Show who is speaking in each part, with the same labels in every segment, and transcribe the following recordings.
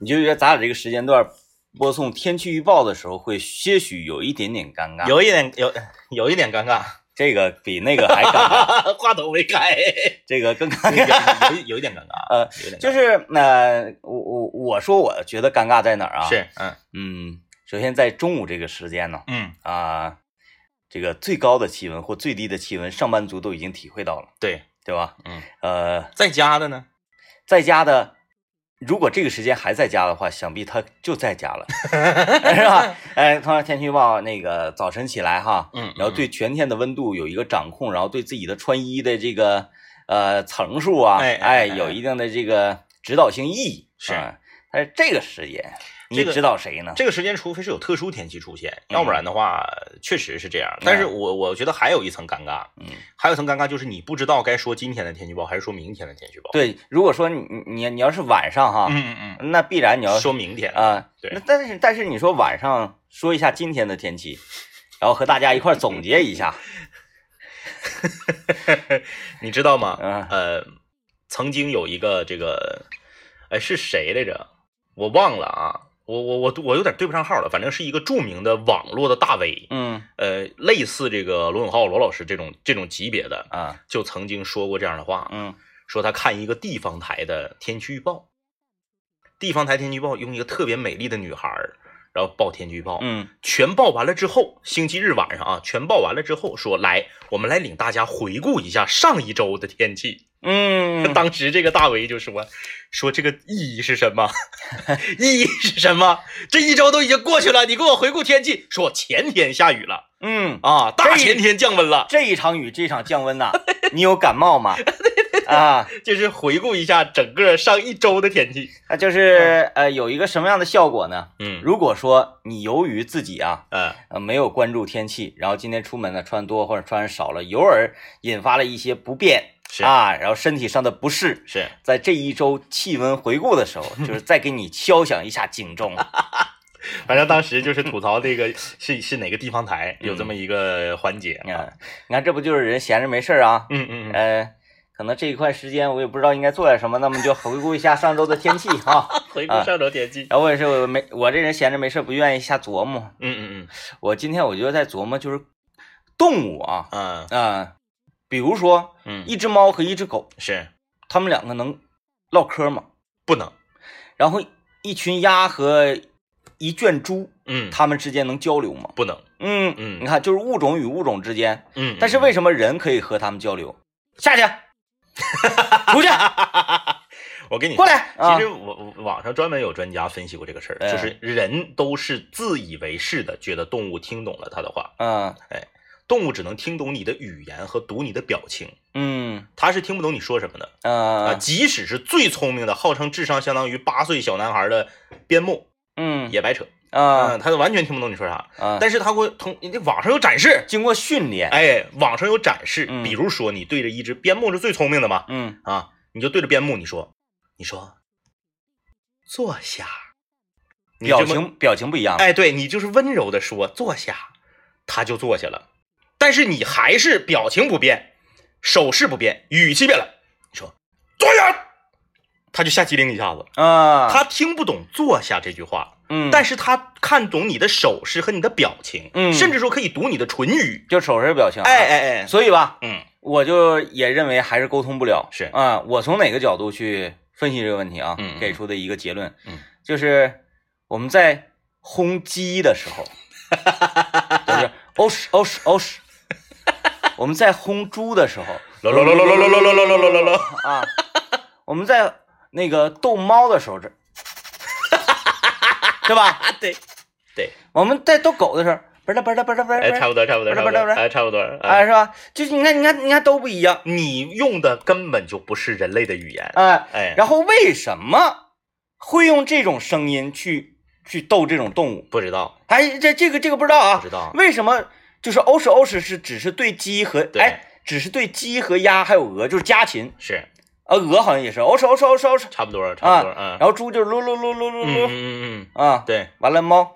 Speaker 1: 你就觉得咱俩这个时间段播送天气预报的时候，会些许有一点点尴尬，
Speaker 2: 有一点有有一点尴尬，
Speaker 1: 这个比那个还尴尬，
Speaker 2: 话筒没开，
Speaker 1: 这个更尴尬。
Speaker 2: 有有有一点尴尬，
Speaker 1: 呃，
Speaker 2: 有一点尴尬
Speaker 1: 就是呃，我我我说我觉得尴尬在哪儿啊？，
Speaker 2: 是，嗯
Speaker 1: 嗯，首先在中午这个时间呢，
Speaker 2: 嗯，
Speaker 1: 啊、这个最高的气温或最低的气温，上班族都已经体会到了，
Speaker 2: 对，
Speaker 1: 对吧？
Speaker 2: 嗯，
Speaker 1: 呃，
Speaker 2: 在家的呢，
Speaker 1: 在家的，如果这个时间还在家的话，想必他就在家 了，是吧？哎，同样天气预报那个早晨起来哈，
Speaker 2: 嗯，
Speaker 1: 然后对全天的温度有一个掌控，然后对自己的穿衣的这个呃层数啊，
Speaker 2: 哎
Speaker 1: 哎
Speaker 2: 哎哎
Speaker 1: 有一定的这个指导性意义。
Speaker 2: 是
Speaker 1: 啊但是这个时间，你
Speaker 2: 这个
Speaker 1: 指导谁呢？
Speaker 2: 这个时间，除非是有特殊天气出现，
Speaker 1: 嗯
Speaker 2: 要不然的话，确实是这样。但是我我觉得还有一层尴尬，
Speaker 1: 嗯，
Speaker 2: 还有一层尴尬就是你不知道该说今天的天气预报还是说明天的天气预报。，
Speaker 1: 对，如果说你你你要是晚上哈，
Speaker 2: 嗯嗯
Speaker 1: 那必然你要
Speaker 2: 嗯，说明天，
Speaker 1: 啊，
Speaker 2: 对
Speaker 1: 那但是但是你说晚上说一下今天的天气，然后和大家一块儿总结一下，
Speaker 2: 你知道吗？
Speaker 1: 嗯
Speaker 2: 呃，曾经有一个这个，哎，是谁来着？我忘了啊，我我我我有点对不上号了，反正是一个著名的网络的大 V，
Speaker 1: 嗯
Speaker 2: 呃，类似这个罗永浩罗老师这种这种级别的，
Speaker 1: 啊
Speaker 2: 就曾经说过这样的话，
Speaker 1: 嗯
Speaker 2: 说他看一个地方台的天气预报，地方台天气预报用一个特别美丽的女孩儿，然后报天气预报，
Speaker 1: 嗯
Speaker 2: 全报完了之后，星期日晚上啊，全报完了之后说来，我们来领大家回顾一下上一周的天气。
Speaker 1: 嗯，
Speaker 2: 当时这个大为就说说这个意义是什么？ 意义是什么？这一周都已经过去了，你给我回顾天气。说前天下雨了
Speaker 1: 嗯，
Speaker 2: 啊，大
Speaker 1: 这
Speaker 2: 前天降温了，
Speaker 1: 这一场雨，这场降温呐，你有感冒 吗？啊，
Speaker 2: 就是回顾一下整个上一周的天气。
Speaker 1: 那就是呃，有一个什么样的效果呢？
Speaker 2: 嗯，
Speaker 1: 如果说你由于自己啊
Speaker 2: 呃，
Speaker 1: 呃没有关注天气，然后今天出门呢穿多或者穿少了，偶尔引发了一些不便
Speaker 2: 是
Speaker 1: 啊，然后身体上的不适，
Speaker 2: 是
Speaker 1: 在这一周气温回顾的时候，就是再给你敲响一下警 钟。啊
Speaker 2: 反正当时就是吐槽这个是是哪个地方台有这么一个环节
Speaker 1: 你
Speaker 2: 啊。
Speaker 1: 看，你看，这不就是人闲着没事儿啊？
Speaker 2: 嗯嗯 嗯，
Speaker 1: 呃，可能这一块时间我也不知道应该做点什么，那么就回顾一下上周的天气 哈、
Speaker 2: 回顾上周天气。
Speaker 1: 然后我也是我没我这人闲着没事儿不愿意瞎琢磨，
Speaker 2: 嗯嗯
Speaker 1: 我今天我就在琢磨就是动物啊，
Speaker 2: 嗯
Speaker 1: 啊、比如说
Speaker 2: 嗯嗯，
Speaker 1: 一只猫和一只狗，
Speaker 2: 是
Speaker 1: 它们两个能唠嗑吗？
Speaker 2: 不能。
Speaker 1: 然后一群鸭和一圈猪，
Speaker 2: 嗯，
Speaker 1: 它们之间能交流吗？
Speaker 2: 不能。
Speaker 1: 嗯
Speaker 2: 嗯
Speaker 1: 你看，就是物种与物种之间，
Speaker 2: 嗯
Speaker 1: 但是为什么人可以和他们交流？下去，出 去，啊
Speaker 2: 我跟你
Speaker 1: 过。来。
Speaker 2: 其实
Speaker 1: 啊、
Speaker 2: 我我网上专门有专家分析过这个事儿，
Speaker 1: 哎
Speaker 2: 就是人都是自以为是的，觉得动物听懂了他的话，
Speaker 1: 嗯
Speaker 2: 动物只能听懂你的语言和读你的表情，
Speaker 1: 嗯
Speaker 2: 它是听不懂你说什么的啊。
Speaker 1: 呃
Speaker 2: 即使是最聪明的，号称智商相当于八岁小男孩的边牧，
Speaker 1: 嗯
Speaker 2: 也白扯。
Speaker 1: 啊
Speaker 2: 嗯，他完全听不懂你说啥，
Speaker 1: 啊！
Speaker 2: 但是他会通，你网上有展示，
Speaker 1: 经过训练，
Speaker 2: 哎，网上有展示，
Speaker 1: 嗯
Speaker 2: 比如说你对着一只边牧是最聪明的嘛，
Speaker 1: 嗯
Speaker 2: 啊，你就对着边牧你说，你说坐下，你
Speaker 1: 表
Speaker 2: 这么，
Speaker 1: 情表情不一样。
Speaker 2: 哎，对你就是温柔的说坐下，他就坐下了，但是你还是表情不变，手势不变，语气变了，你说坐下，他就下机灵一下子，
Speaker 1: 啊，
Speaker 2: 他听不懂坐下这句话，
Speaker 1: 嗯，
Speaker 2: 但
Speaker 1: 是
Speaker 2: 是他看懂你的手势和你的表情，
Speaker 1: 嗯
Speaker 2: 甚至说可以读你的唇语。
Speaker 1: 就手势表情。啊
Speaker 2: 哎，哎哎，
Speaker 1: 所以吧，
Speaker 2: 嗯，
Speaker 1: 我就也认为还是沟通不了。
Speaker 2: 是
Speaker 1: 啊，我从哪个角度去分析这个问题啊？
Speaker 2: 嗯嗯
Speaker 1: 给出的一个结论，
Speaker 2: 嗯，
Speaker 1: 就是我们在轰鸡的时候，就是哦是哦是哦是，我们在轰猪的时候，
Speaker 2: 咯咯咯咯咯咯咯咯咯咯咯
Speaker 1: 啊，我们在那个逗猫的时候这，对吧？
Speaker 2: 啊，对，
Speaker 1: 我们在逗狗的时候，嘣啦嘣啦嘣啦嘣
Speaker 2: 哎，
Speaker 1: 啦
Speaker 2: 差，不多，差不多，
Speaker 1: 不是
Speaker 2: 差不
Speaker 1: 不
Speaker 2: 多
Speaker 1: 是不，是
Speaker 2: 哎，差不多，哎，
Speaker 1: 哎是吧？就是你看你看你看都不一样，
Speaker 2: 你用的根本就不是人类的语言，
Speaker 1: 哎。
Speaker 2: 哎，
Speaker 1: 然后为什么会用这种声音去去逗这种动物？
Speaker 2: 不知道，
Speaker 1: 哎，这这个这个不知道啊，
Speaker 2: 不知道
Speaker 1: 为什么就是欧式欧式是只是对鸡和
Speaker 2: 对
Speaker 1: 哎，只是对鸡和鸭还有鹅，就是家禽，
Speaker 2: 是
Speaker 1: 呃，鹅好像也是欧式欧式欧式欧式
Speaker 2: 差不多，差
Speaker 1: 啊
Speaker 2: 不多，，嗯
Speaker 1: 然，后猪就是噜噜噜噜噜
Speaker 2: 嗯
Speaker 1: 噜
Speaker 2: 嗯嗯
Speaker 1: 啊
Speaker 2: 嗯，，对
Speaker 1: 完了猫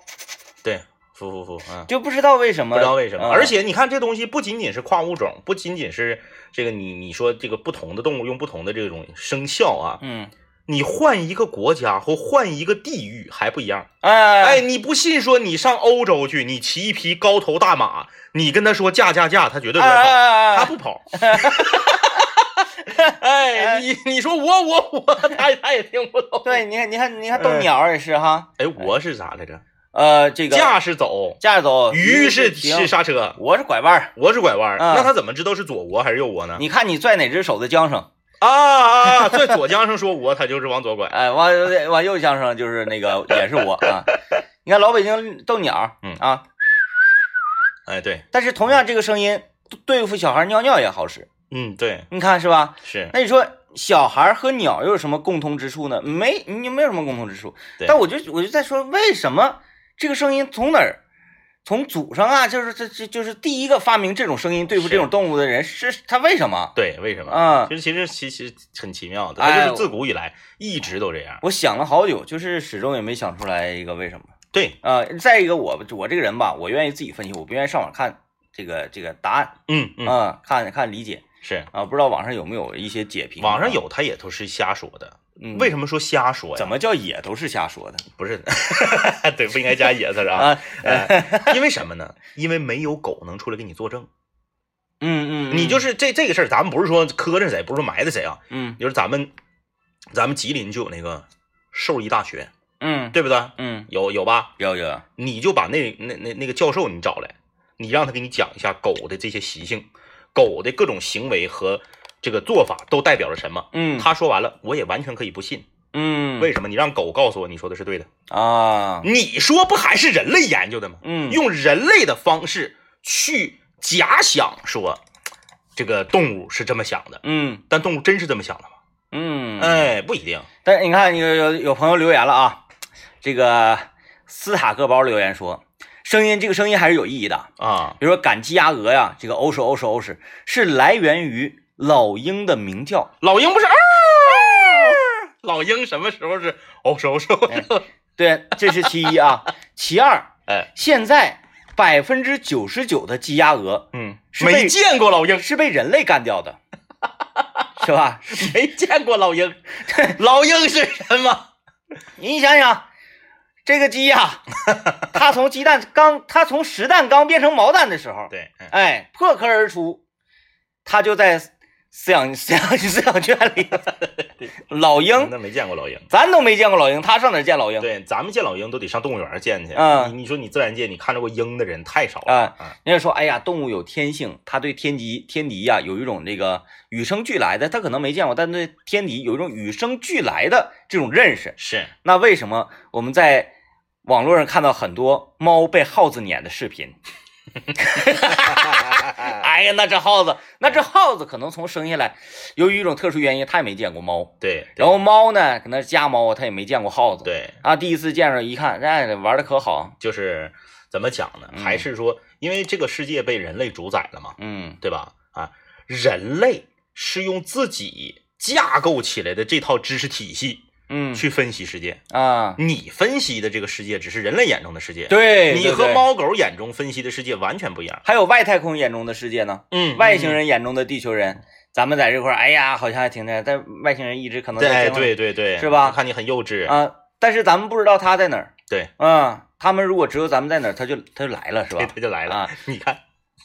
Speaker 2: 对，服服服，嗯。
Speaker 1: 就不知道为什么，
Speaker 2: 不知道为什么，
Speaker 1: 啊
Speaker 2: 而且你看这东西不仅仅是跨物种，不仅仅是这个你你说这个不同的动物用不同的这种声效啊，
Speaker 1: 嗯
Speaker 2: 你换一个国家或换一个地域还不一样。
Speaker 1: 哎
Speaker 2: 哎，你不信？说你上欧洲去，你骑一匹高头大马，你跟他说价价价，他绝对不会跑，
Speaker 1: 哎
Speaker 2: 他不跑。 哎，你你说我我我，他他也听不懂。
Speaker 1: 对，你看，你看，你
Speaker 2: 嗯
Speaker 1: 看，斗鸟也是哈，
Speaker 2: 哎，我是啥来着？
Speaker 1: 呃，这个
Speaker 2: 驾是走，
Speaker 1: 架走，
Speaker 2: 呃鱼是
Speaker 1: 停
Speaker 2: 是，刹车，
Speaker 1: 我是拐弯儿。
Speaker 2: 我是拐弯儿。
Speaker 1: 嗯
Speaker 2: 那他怎么知道是左窝还是右窝呢？
Speaker 1: 你看你拽哪只手的缰绳？
Speaker 2: 啊啊！啊在左缰上说我，他就是往左拐。
Speaker 1: 哎，往往右缰绳就是那个也是我啊。 你看老北京斗鸟，
Speaker 2: 嗯
Speaker 1: 啊，
Speaker 2: 哎，对，
Speaker 1: 但是同样这个声音对付小孩尿尿也好使，
Speaker 2: 嗯，对，
Speaker 1: 你看是吧？
Speaker 2: 是，
Speaker 1: 那你说小孩和鸟又有什么共通之处呢？没，你没有什么共通之处。
Speaker 2: 对
Speaker 1: 但我就我就在说，为什么这个声音从哪儿？从祖上啊，就是这这就是第一个发明这种声音对付
Speaker 2: 是
Speaker 1: 这种动物的人是他为什么？
Speaker 2: 对，为什么？
Speaker 1: 啊
Speaker 2: 其实其实其实很奇妙的，
Speaker 1: 哎
Speaker 2: 它就是自古以来一直都这样。
Speaker 1: 我想了好久，就是始终也没想出来一个为什么。
Speaker 2: 对，
Speaker 1: 啊。再一个我我这个人吧，我愿意自己分析，我不愿意上网看这个这个答案
Speaker 2: 嗯
Speaker 1: 啊、
Speaker 2: 嗯，
Speaker 1: 看看理解
Speaker 2: 是
Speaker 1: 啊、不知道网上有没有一些解评？啊
Speaker 2: 网上，有，他也都是瞎说的。
Speaker 1: 嗯、
Speaker 2: 为什嗯么说瞎说呀？
Speaker 1: 怎么叫也都是瞎说的
Speaker 2: 不是？ 对，不应该加野字儿啊。
Speaker 1: 啊？
Speaker 2: 哎因为什么呢？因为没有狗能出来给你作证。
Speaker 1: 嗯嗯，
Speaker 2: 你就是是这这个事儿，咱们不是说磕碜谁，不是说埋汰谁啊，
Speaker 1: 嗯
Speaker 2: 就是咱们咱们吉林就有那个兽医大学，
Speaker 1: 嗯
Speaker 2: 对不对？
Speaker 1: 嗯，
Speaker 2: 有有吧？
Speaker 1: 有有
Speaker 2: 你就把那那那那个教授你找来，你让他给你讲一下狗的这些习性，狗的各种行为和这个做法都代表了什么。
Speaker 1: 嗯
Speaker 2: 他说完了，我也完全可以不信。
Speaker 1: 嗯
Speaker 2: 为什么？你让狗告诉我你说的是对的，
Speaker 1: 啊
Speaker 2: 你说不还是人类研究的吗？
Speaker 1: 嗯
Speaker 2: 用人类的方式去假想说，这个动物是这么想的，
Speaker 1: 嗯
Speaker 2: 但动物真是这么想的吗？
Speaker 1: 嗯
Speaker 2: 哎，不一定。
Speaker 1: 但是你看有有有朋友留言了啊，这个斯塔克包留言说，声音这个声音还是有意义的。
Speaker 2: 啊，
Speaker 1: 比如说赶鸡鸭鹅呀，这个欧式欧式欧式是来源于老鹰的鸣叫。
Speaker 2: 老鹰不是嗷、老鹰什么时候是哦收收收？
Speaker 1: 对，这是其一啊。其二，
Speaker 2: 哎，
Speaker 1: 现在百分之九十九的鸡鸭鹅
Speaker 2: 嗯，
Speaker 1: 是被
Speaker 2: 没见过老鹰，
Speaker 1: 是被人类干掉的，是吧？
Speaker 2: 没见过老 鹰，老鹰是什么？
Speaker 1: 你想想，这个鸡呀、它从鸡蛋刚，它从实蛋刚变成毛蛋的时候，
Speaker 2: 对，嗯
Speaker 1: 哎，破壳而出，它就在饲养饲养饲养圈里。老鹰，
Speaker 2: 那没见过老鹰。
Speaker 1: 咱都没见过老鹰，它上哪儿见老鹰？
Speaker 2: 对，咱们见老鹰都得上动物园儿见去。
Speaker 1: 嗯
Speaker 2: 你你说你自然界你看着过鹰的人太少了
Speaker 1: 啊。
Speaker 2: 嗯
Speaker 1: 人家说，哎呀，动物有天性，它对天敌天敌呀、有一种这个与生俱来的，它可能没见过，但对天敌有一种与生俱来的这种认识。
Speaker 2: 是，
Speaker 1: 那为什么我们在网络上看到很多猫被耗子撵的视频？哎呀，那只耗子，那只耗子可能从生下来，由于一种特殊原因，它也没见过猫。
Speaker 2: 对，
Speaker 1: 然后猫呢，可能是家猫，啊它也没见过耗子。
Speaker 2: 对，
Speaker 1: 啊，第一次见着一看，哎，玩的可好。
Speaker 2: 就是怎么讲呢？
Speaker 1: 嗯
Speaker 2: 还是说，因为这个世界被人类主宰了嘛，
Speaker 1: 嗯
Speaker 2: 对吧？啊，人类是用自己架构起来的这套知识体系
Speaker 1: 嗯
Speaker 2: 去分析世界。
Speaker 1: 啊，
Speaker 2: 你分析的这个世界，只是人类眼中的世界。。
Speaker 1: 对，
Speaker 2: 你
Speaker 1: 对
Speaker 2: 和
Speaker 1: 对
Speaker 2: 猫狗眼中分析的世界完全不一样。
Speaker 1: 还有外太空眼中的世界呢，
Speaker 2: 嗯
Speaker 1: 外星人眼中的地球人，咱们在这块儿，哎呀，好像还挺在，但外星人一直可能在
Speaker 2: 对
Speaker 1: 天外
Speaker 2: 嗯哎对对对，
Speaker 1: 是吧
Speaker 2: 我看你很幼稚，
Speaker 1: 啊、但是咱们不知道他在哪儿，
Speaker 2: 对，
Speaker 1: 嗯，他们如果知道咱们在哪儿，他就他就来了，是吧
Speaker 2: 对，？他就来了
Speaker 1: 啊。
Speaker 2: 你看，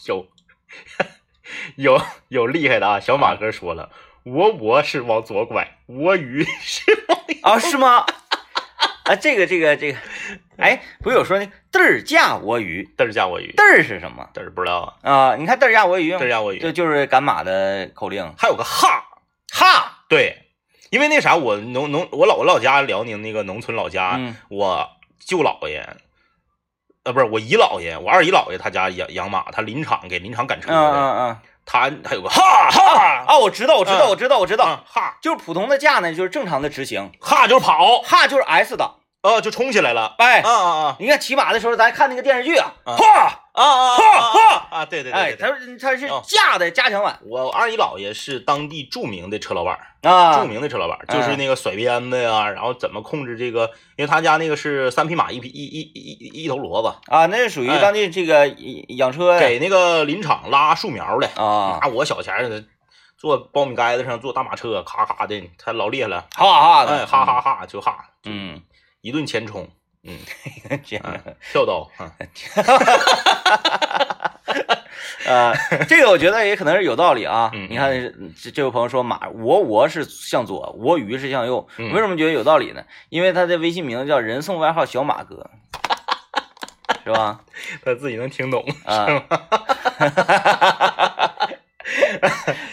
Speaker 2: 有有有厉害的啊！小马哥说了，我我是往左拐，我鱼是往右
Speaker 1: 啊，是吗？ 啊，这个这个 这个，哎，不是有说那嘚儿架我鱼，
Speaker 2: 嘚儿加我鱼，
Speaker 1: 嘚儿是什么
Speaker 2: 嘚儿不知道啊，
Speaker 1: 啊、你看嘚儿架我鱼，
Speaker 2: 嘚儿加我鱼，
Speaker 1: 就就是赶马的口令，
Speaker 2: 还有个哈哈，对，因为那啥，我农农我老我老家辽宁那个农村老家，
Speaker 1: 嗯
Speaker 2: 我舅姥爷。呃，不是我姨姥爷，我二姨姥爷他家养养马，他林场给林场赶车
Speaker 1: 嗯
Speaker 2: 的，
Speaker 1: 嗯嗯，
Speaker 2: 他还有个哈哈
Speaker 1: 啊，我知道，我知道，
Speaker 2: 啊嗯
Speaker 1: 我知道，我知道，
Speaker 2: 啊哈
Speaker 1: 就是普通的架呢，就是正常的直行，
Speaker 2: 哈就是跑，
Speaker 1: 哈就是 S 档，
Speaker 2: 呃，就冲起来了，
Speaker 1: 哎，
Speaker 2: 啊啊
Speaker 1: 你看骑马的时候，咱看那个电视剧啊，
Speaker 2: 啊
Speaker 1: 哈，
Speaker 2: 啊啊
Speaker 1: 哈
Speaker 2: 啊啊！对对
Speaker 1: 哎，
Speaker 2: 对
Speaker 1: 他
Speaker 2: 对，
Speaker 1: 是他是
Speaker 2: 哦
Speaker 1: 架的加强版
Speaker 2: 我二姨姥爷是当地著名的车老板儿，
Speaker 1: 啊
Speaker 2: 著，名的车老板儿就是那个甩鞭子呀，然后怎么控制这个，因为他家那个是三匹马一匹一一一一一头萝卜，
Speaker 1: 啊，那是属于
Speaker 2: 哎
Speaker 1: 当地这个养养车呀
Speaker 2: 给那个林场拉树苗来。
Speaker 1: 啊
Speaker 2: 拿我小钱儿，坐苞米杆子上坐大马车，咔咔的，他老厉害了，
Speaker 1: 哈哈
Speaker 2: 哎，
Speaker 1: 的，
Speaker 2: 哈哈哈就哈，
Speaker 1: 嗯，
Speaker 2: 一顿前 冲，
Speaker 1: 嗯，这样
Speaker 2: 嗯，跳刀，嗯
Speaker 1: 呃，这个我觉得也可能是有道理啊。
Speaker 2: 嗯
Speaker 1: 你看这这位朋友说马我我是向左，我鱼是向右，
Speaker 2: 嗯
Speaker 1: 我为什么觉得有道理呢？因为他的微信名字叫人送外号小马 哥，是吧？
Speaker 2: 他自己能听懂，
Speaker 1: 啊、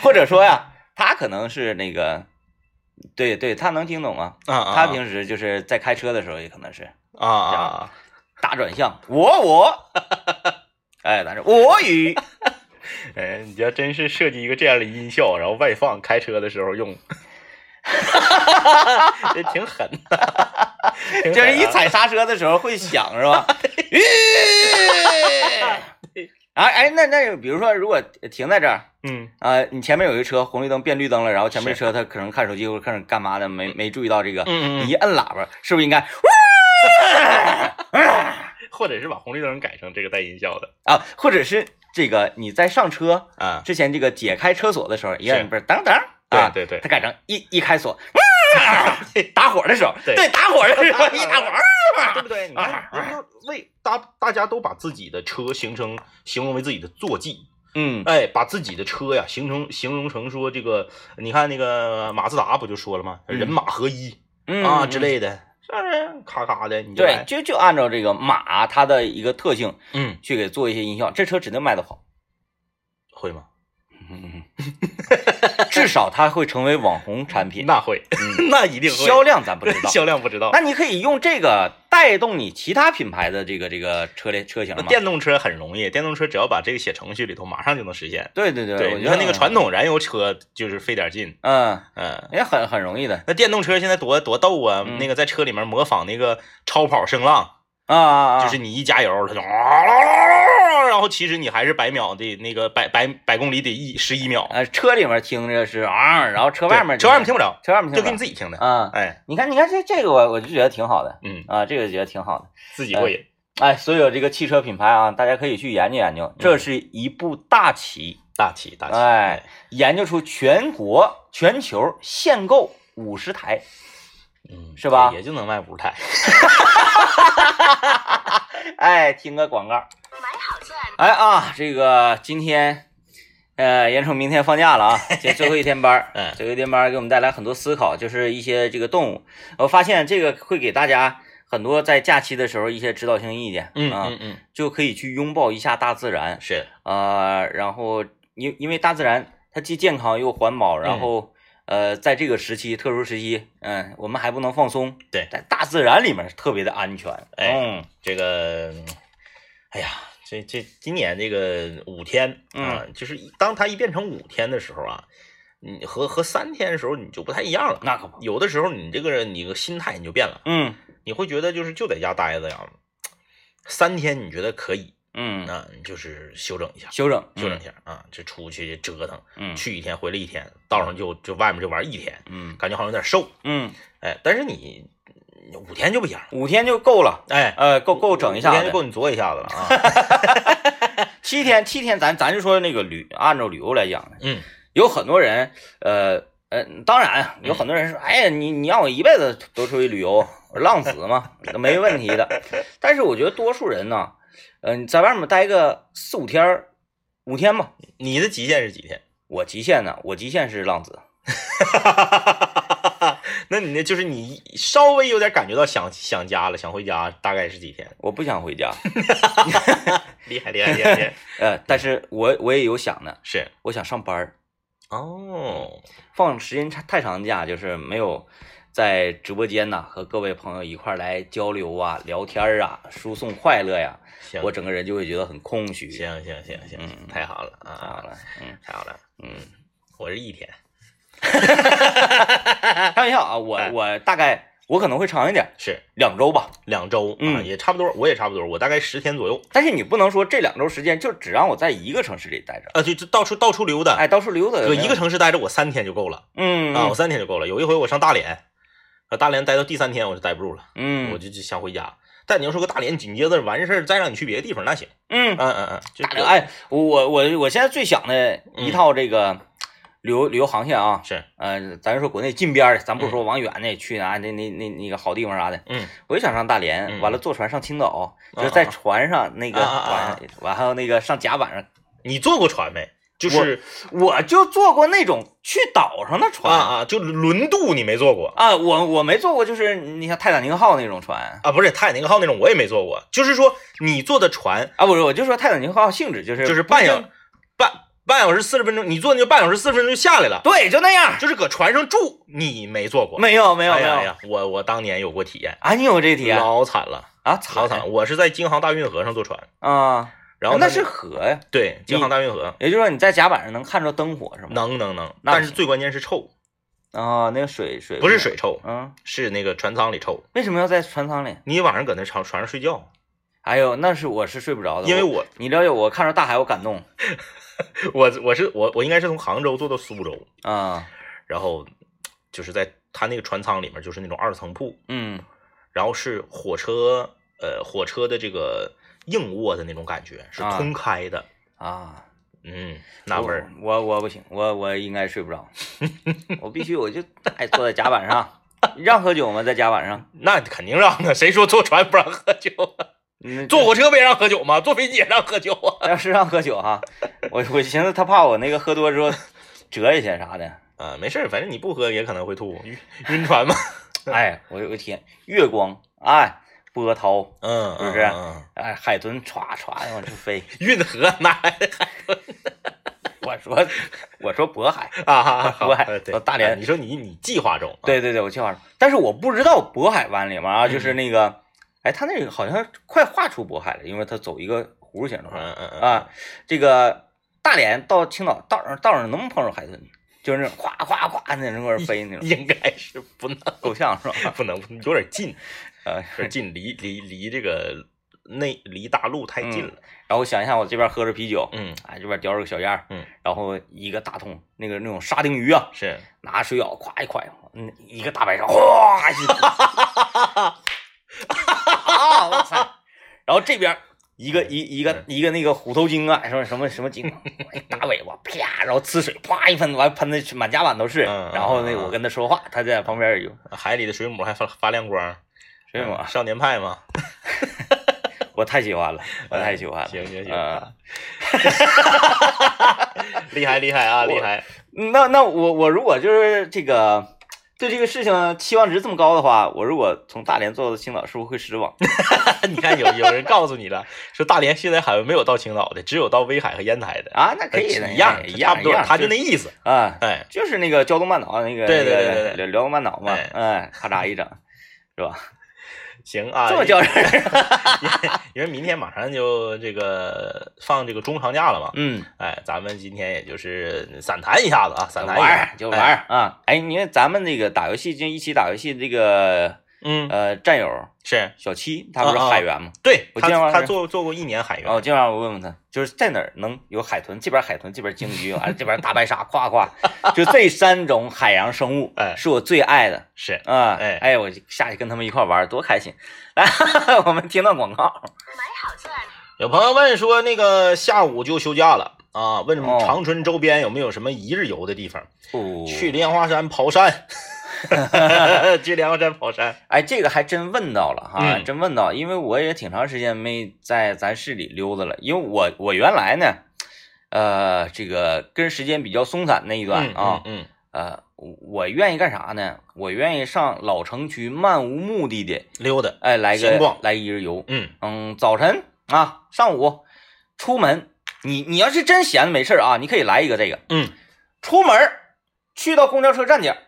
Speaker 1: 或者说呀，他可能是那个，对对，他能听懂啊。
Speaker 2: 啊啊，
Speaker 1: 他平时就是在开车的时候，也可能是
Speaker 2: 啊啊，
Speaker 1: 大转向，我我， 哎，咱这我 鱼，
Speaker 2: 哎，你要真是设计一个这样的音效，然后外放，开车的时候 用，这挺狠的， 挺狠啊
Speaker 1: 就是一踩刹车的时候会响是 吧？咦
Speaker 2: 对
Speaker 1: 啊 哎，那那比如说，如果停在这儿
Speaker 2: 嗯
Speaker 1: 啊、你前面有一车红绿灯变绿灯了，然后前面车他可能看手机或者看着干嘛的，没没注意到这个，
Speaker 2: 嗯
Speaker 1: 你
Speaker 2: 嗯，
Speaker 1: 一摁喇叭，是不是应该
Speaker 2: 或者是把红绿灯改成这个带音效的，
Speaker 1: 啊？或者是这个你在上车
Speaker 2: 啊，
Speaker 1: 之前，这个解开车锁的时候，一
Speaker 2: 是
Speaker 1: 摁不是噔噔啊？
Speaker 2: 对对对
Speaker 1: 他改成一一开锁，打火的时候，
Speaker 2: 对
Speaker 1: 对打火的时候一打火，
Speaker 2: 对不对？
Speaker 1: 啊
Speaker 2: 你看，那为大大家都把自己的车形成形容为自己的坐骑，
Speaker 1: 嗯
Speaker 2: 哎，把自己的车呀形成形容成说这个，你看那个马自达不就说了吗？
Speaker 1: 嗯
Speaker 2: 人马合一
Speaker 1: 嗯
Speaker 2: 啊之
Speaker 1: 嗯
Speaker 2: 类的，是不是？咔咔的，你就
Speaker 1: 对
Speaker 2: 来，
Speaker 1: 就就按照这个马它的一个特性
Speaker 2: 嗯，
Speaker 1: 去给做一些音效，这车指定卖得 好，
Speaker 2: 会吗？
Speaker 1: 至少它会成为网红产品，嗯
Speaker 2: 那会，那一定会。
Speaker 1: 销量咱不知道。
Speaker 2: 销量不知道。
Speaker 1: 那你可以用这个带动你其他品牌的这个这个车类车型
Speaker 2: 那
Speaker 1: 吗？
Speaker 2: 电动车很容易，电动车只要把这个写程序里头，马上就能实现。
Speaker 1: 对对对，我
Speaker 2: 你
Speaker 1: 觉
Speaker 2: 看
Speaker 1: 得
Speaker 2: 那个传，统燃油车就是费点劲，
Speaker 1: 嗯，
Speaker 2: 嗯。
Speaker 1: 也很很容易的
Speaker 2: 那电动车现在多多逗啊！
Speaker 1: 嗯
Speaker 2: 那个在车里面模仿那个超跑声浪，
Speaker 1: 啊啊啊，
Speaker 2: 就是你一加油，它就啊啦啦啦啦，然后其实你还是百秒的那个百百百公里得一十一秒，
Speaker 1: 呃车里面听着是啊，然后车
Speaker 2: 对
Speaker 1: 外面
Speaker 2: 呃车外面听不着，
Speaker 1: 车外面
Speaker 2: 就
Speaker 1: 听
Speaker 2: 给你
Speaker 1: 自
Speaker 2: 自己听的。
Speaker 1: 啊，
Speaker 2: 哎，
Speaker 1: 你看你看这这个我我就觉得挺好的
Speaker 2: 嗯，
Speaker 1: 啊，这个觉得挺好的。
Speaker 2: 自己过瘾。
Speaker 1: 哎，所有这个汽车品牌啊，大家可以去研究研究，这是一部大棋，
Speaker 2: 大气嗯大气，
Speaker 1: 哎，研究出全国、全球限购五十台，
Speaker 2: 嗯，
Speaker 1: 是吧
Speaker 2: 也就能卖五台。
Speaker 1: 哎，听个广告，
Speaker 3: 买好钻，
Speaker 1: 哎啊，这个今天，呃，眼瞅明天放假了啊，这最后一天班儿，
Speaker 2: 嗯
Speaker 1: 最后一天班儿给我们带来很多思考，就是一些这个动物，我发现这个会给大家很多在假期的时候一些指导性意见，
Speaker 2: 嗯
Speaker 1: 啊，
Speaker 2: 嗯嗯，
Speaker 1: 就可以去拥抱一下大自然，
Speaker 2: 是，
Speaker 1: 啊，然后因因为大自然它既健康又环保，然
Speaker 2: 嗯
Speaker 1: 后、呃，在这个时期特殊时期，嗯，我们还不能放松，
Speaker 2: 对
Speaker 1: 在大自然里面是特别的安全，
Speaker 2: 哎
Speaker 1: 嗯
Speaker 2: 这个，嗯哎呀，这这今年这个五天
Speaker 1: 嗯
Speaker 2: 啊，就是一当它一变成五天的时候啊，你和和三天的时候你就不太一样了。
Speaker 1: 那可不，
Speaker 2: 有的时候你这个人你个心态你就变了，
Speaker 1: 嗯
Speaker 2: 你会觉得就是就在家待着呀，三天你觉得可以，
Speaker 1: 嗯，
Speaker 2: 那你就是休整一下，
Speaker 1: 休整
Speaker 2: 休整一，下啊，这出去折腾，
Speaker 1: 嗯
Speaker 2: 去一天回来一天，道上就就外面就玩一天，
Speaker 1: 嗯
Speaker 2: 感觉好像有点瘦，
Speaker 1: 嗯，
Speaker 2: 哎，但是你你五天就不一样了，
Speaker 1: 五天就够了，
Speaker 2: 哎，
Speaker 1: 呃，够够整一
Speaker 2: 五
Speaker 1: 下
Speaker 2: 天就
Speaker 1: 子，
Speaker 2: 够你作一下子了 啊，
Speaker 1: 七天七天咱咱就说那个旅，按照旅游来讲，
Speaker 2: 嗯。
Speaker 1: 有很多人，呃呃，当然有很多人说，哎呀，你你让我一辈子都出去旅游，浪子嘛， 那没问题的。但是我觉得多数人呢，嗯、你在外面待个四五天儿，五天吧。
Speaker 2: 你的极限是几天？
Speaker 1: 我极限呢，我极限是浪子。
Speaker 2: 那你那就是你稍微有点感觉到想想家了，想回家，大概是几天？
Speaker 1: 我不想回家，
Speaker 2: 厉害厉害厉害！ 厉害
Speaker 1: 呃，但是我我也有想的，
Speaker 2: 是
Speaker 1: 我想上班儿，
Speaker 2: 哦，
Speaker 1: 放时间太长的假，就是没有在直播间呐和各位朋友一块儿来交流啊、聊天儿啊、输送快乐呀，
Speaker 2: 行，
Speaker 1: 我整个人就会觉得很空虚。
Speaker 2: 行行行行行，
Speaker 1: 嗯
Speaker 2: 太好了
Speaker 1: 太好
Speaker 2: 啊，
Speaker 1: 了，嗯
Speaker 2: 太好了！
Speaker 1: 嗯，
Speaker 2: 我是一天，
Speaker 1: 开玩笑啊，我
Speaker 2: 哎
Speaker 1: 我大概我可能会长一点，
Speaker 2: 是
Speaker 1: 两周吧。
Speaker 2: 两周，啊，
Speaker 1: 嗯
Speaker 2: 也差不多，我也差不多，我大概十天左右，
Speaker 1: 但是你不能说这两周时间就只让我在一个城市里待着，
Speaker 2: 啊，就就到处到处溜达，
Speaker 1: 哎，到处溜达。
Speaker 2: 搁一个
Speaker 1: 城，
Speaker 2: 城市待着我三天就够了
Speaker 1: 嗯
Speaker 2: 啊，我三天就够了。有一回我上大连，啊，大连待到第三天我就待不住了，
Speaker 1: 嗯，
Speaker 2: 我就就想回家。但你要说搁大连紧接着完事儿再让你去别的地方，那行，
Speaker 1: 嗯，哎
Speaker 2: 嗯嗯嗯，就嗯
Speaker 1: 大刘，哎，我我我现在最想的一套这个旅游旅游航线啊，
Speaker 2: 是，
Speaker 1: 呃，咱说国内近边儿的，咱不说往远的去哪那那那那个好地方啥的，
Speaker 2: 嗯，
Speaker 1: 我就想上大连，
Speaker 2: 嗯
Speaker 1: 完了坐船上青岛，
Speaker 2: 啊
Speaker 1: 就是在船上那个
Speaker 2: 啊啊啊啊
Speaker 1: 晚完还有那个上甲板上，
Speaker 2: 你坐过船没？就是
Speaker 1: 我就坐过那种去岛上的
Speaker 2: 啊
Speaker 1: 船
Speaker 2: 啊，就轮渡你没坐过
Speaker 1: 啊，我我没坐过，就是你像泰坦尼克号那种船
Speaker 2: 啊？不是泰坦尼克号那种我也没坐过，就是说你坐的船
Speaker 1: 啊，不是，我就说泰坦尼克号性质就是
Speaker 2: 就是半小半半小时四十分钟，你坐那就半小时四十分钟就下来了，
Speaker 1: 对，就那样，
Speaker 2: 就是搁船上住，你没坐过？
Speaker 1: 没有没有
Speaker 2: 哎
Speaker 1: 没
Speaker 2: 呀哎
Speaker 1: 有
Speaker 2: 呀，我我当年有过体验，
Speaker 1: 啊，你有这题啊
Speaker 2: 老惨了，
Speaker 1: 啊，
Speaker 2: 老
Speaker 1: 操
Speaker 2: 惨了！我是在京杭大运河上坐船，
Speaker 1: 啊，
Speaker 2: 然后
Speaker 1: 那
Speaker 2: 它
Speaker 1: 是河呀，
Speaker 2: 对京
Speaker 1: 你
Speaker 2: 杭大运河，
Speaker 1: 也就是说你在甲板上能看着灯火是吗？
Speaker 2: 能能能，
Speaker 1: 那
Speaker 2: 但
Speaker 1: 是
Speaker 2: 是最关键是臭，
Speaker 1: 啊，那个水水
Speaker 2: 不是水臭，
Speaker 1: 嗯，
Speaker 2: 是那个船舱里臭。
Speaker 1: 为什么要在船舱里？
Speaker 2: 你晚上搁那床船上睡觉，
Speaker 1: 哎呦，那是我是睡不着的，
Speaker 2: 因为
Speaker 1: 我
Speaker 2: 我
Speaker 1: 你了解我看着大海我感动
Speaker 2: 我我是我我应该是从杭州坐到苏州，
Speaker 1: 啊，
Speaker 2: 然后就是在他那个船舱里面就是那种二层铺，
Speaker 1: 嗯
Speaker 2: 然后是火车呃火车的这个硬卧的那种感觉，是
Speaker 1: 啊哦
Speaker 2: 通开的，
Speaker 1: 啊，
Speaker 2: 嗯，那味儿。
Speaker 1: 我我我不行，我我应该睡不着， 我必须我就爱坐在甲板 上，让喝酒吗？在甲板上，
Speaker 2: 那肯定让啊！谁说坐船不让喝酒 啊？
Speaker 1: 嗯
Speaker 2: 坐火车不也让喝酒吗？坐飞机也让喝酒啊？
Speaker 1: 要是让喝酒哈，我我寻思他怕我那个喝多之后折一下啥的。
Speaker 2: 啊，没事儿，反正你不喝也可能会吐，晕晕 船嘛。
Speaker 1: 哎，我我天，月光，哎，波涛，
Speaker 2: 嗯，
Speaker 1: 是不是
Speaker 2: 嗯嗯
Speaker 1: 哎，海豚歘歘地往这飞。
Speaker 2: 嗯运河哪来的
Speaker 1: 我说我说渤海，
Speaker 2: 啊哈哈？好
Speaker 1: 渤海
Speaker 2: 呃对
Speaker 1: 呃大连
Speaker 2: 啊你说你你计划中啊
Speaker 1: 对对对，我计划中，但是我不知道渤海湾里面啊，就是那个，哎，他那个好像快划出渤海了，因为他走一个弧形的话
Speaker 2: 嗯嗯嗯
Speaker 1: 啊，这个大连到青岛道上道上能不能碰上海豚？就是那种哗哗哗那种往那飞那种，
Speaker 2: 应该是不能
Speaker 1: 够呛是吧？
Speaker 2: 不能 有点近，
Speaker 1: 啊，
Speaker 2: 有点近，离离离这个内离大陆太近了。
Speaker 1: 然后我想一下，我这边喝着啤酒，
Speaker 2: 嗯，
Speaker 1: 啊，这边叼着个小烟儿，
Speaker 2: 嗯，
Speaker 1: 然后一个大桶那个那种沙丁鱼啊，
Speaker 2: 是
Speaker 1: 拿水舀咵一蒯，嗯，一个大白鲨，哗一吐， 啊，我操！然后这边一个一一
Speaker 2: 嗯
Speaker 1: 个一个那个虎头鲸啊，什么什么什么鲸，一大尾巴啪，然后呲水啪一喷，完喷的满甲板都是。
Speaker 2: 嗯嗯
Speaker 1: 然后呢，
Speaker 2: 嗯嗯
Speaker 1: 我跟他说话，他在旁边有
Speaker 2: 海里的水母还发发亮光，嗯
Speaker 1: 水母啊，
Speaker 2: 少年派嘛，
Speaker 1: 我太喜欢了，我太喜欢了。
Speaker 2: 嗯行行行啊
Speaker 1: 嗯，
Speaker 2: 厉害厉害啊，
Speaker 1: 我
Speaker 2: 厉害！
Speaker 1: 那那我我如果就是这个。对这个事情期望值这么高的话，我如果从大连坐到青岛，是不是会失望？
Speaker 2: 你看有有人告诉你了，说大连现在海没有到青岛的，只有到威海和烟台的，
Speaker 1: 啊，那可以的，
Speaker 2: 一样
Speaker 1: 哎一
Speaker 2: 差
Speaker 1: 样
Speaker 2: 不
Speaker 1: 一
Speaker 2: 多，
Speaker 1: 样，
Speaker 2: 他就那意思。
Speaker 1: 啊，
Speaker 2: 哎，
Speaker 1: 就是那个胶东半岛那个
Speaker 2: 对对对
Speaker 1: 那个
Speaker 2: 对
Speaker 1: 辽
Speaker 2: 对
Speaker 1: 辽东半岛嘛，
Speaker 2: 哎
Speaker 1: 哎，咔嚓一整，是吧？
Speaker 2: 行 啊，
Speaker 1: 这么叫人儿，
Speaker 2: 因为明天马上就这个放这个中长假了嘛，
Speaker 1: 嗯，
Speaker 2: 哎，咱们今天也就是散谈一下子啊，散谈
Speaker 1: 玩
Speaker 2: 一下
Speaker 1: 儿就玩儿，啊！哎，你看咱们那个打游戏，就一起打游戏这个
Speaker 2: 嗯，
Speaker 1: 呃战友
Speaker 2: 是
Speaker 1: 小七，他不是
Speaker 2: 啊啊
Speaker 1: 海员吗？
Speaker 2: 对
Speaker 1: 我
Speaker 2: 他
Speaker 1: 今晚
Speaker 2: 他做做过一年海员
Speaker 1: 然后，今晚我问问他，就是在哪儿能有海豚？这边海豚，这边鲸鱼，完了这边大白鲨，夸夸，就这三种海洋生物，
Speaker 2: 哎
Speaker 1: 是我最爱的
Speaker 2: 是
Speaker 1: 啊！
Speaker 2: 哎
Speaker 1: 哎，我就下去跟他们一块儿玩儿，多开心！ 来，我们听段广告，
Speaker 2: 有朋友问说，那个下午就休假了啊？问什么
Speaker 1: 哦
Speaker 2: 长春周边有没有什么一日游的地方？
Speaker 1: 哦
Speaker 2: 去莲花山 刨山， 去莲花山刨山。
Speaker 1: 哎，这个还真问到了哈，
Speaker 2: 嗯
Speaker 1: 真问到，因为我也挺长时间没在咱市里溜达了，因为我我原来呢，呃，这个跟时间比较松散那一段
Speaker 2: 嗯
Speaker 1: 啊，
Speaker 2: 嗯
Speaker 1: 呃，我我愿意干啥呢？我愿意上老城区漫无目的的，
Speaker 2: 嗯，溜达。
Speaker 1: 哎，来
Speaker 2: 闲
Speaker 1: 个
Speaker 2: 逛
Speaker 1: 来一日游，
Speaker 2: 嗯
Speaker 1: 嗯，早晨啊，上午出门，你你要是真闲的没事儿啊，你可以来一个这个，
Speaker 2: 嗯，
Speaker 1: 出门儿去到公交车站点儿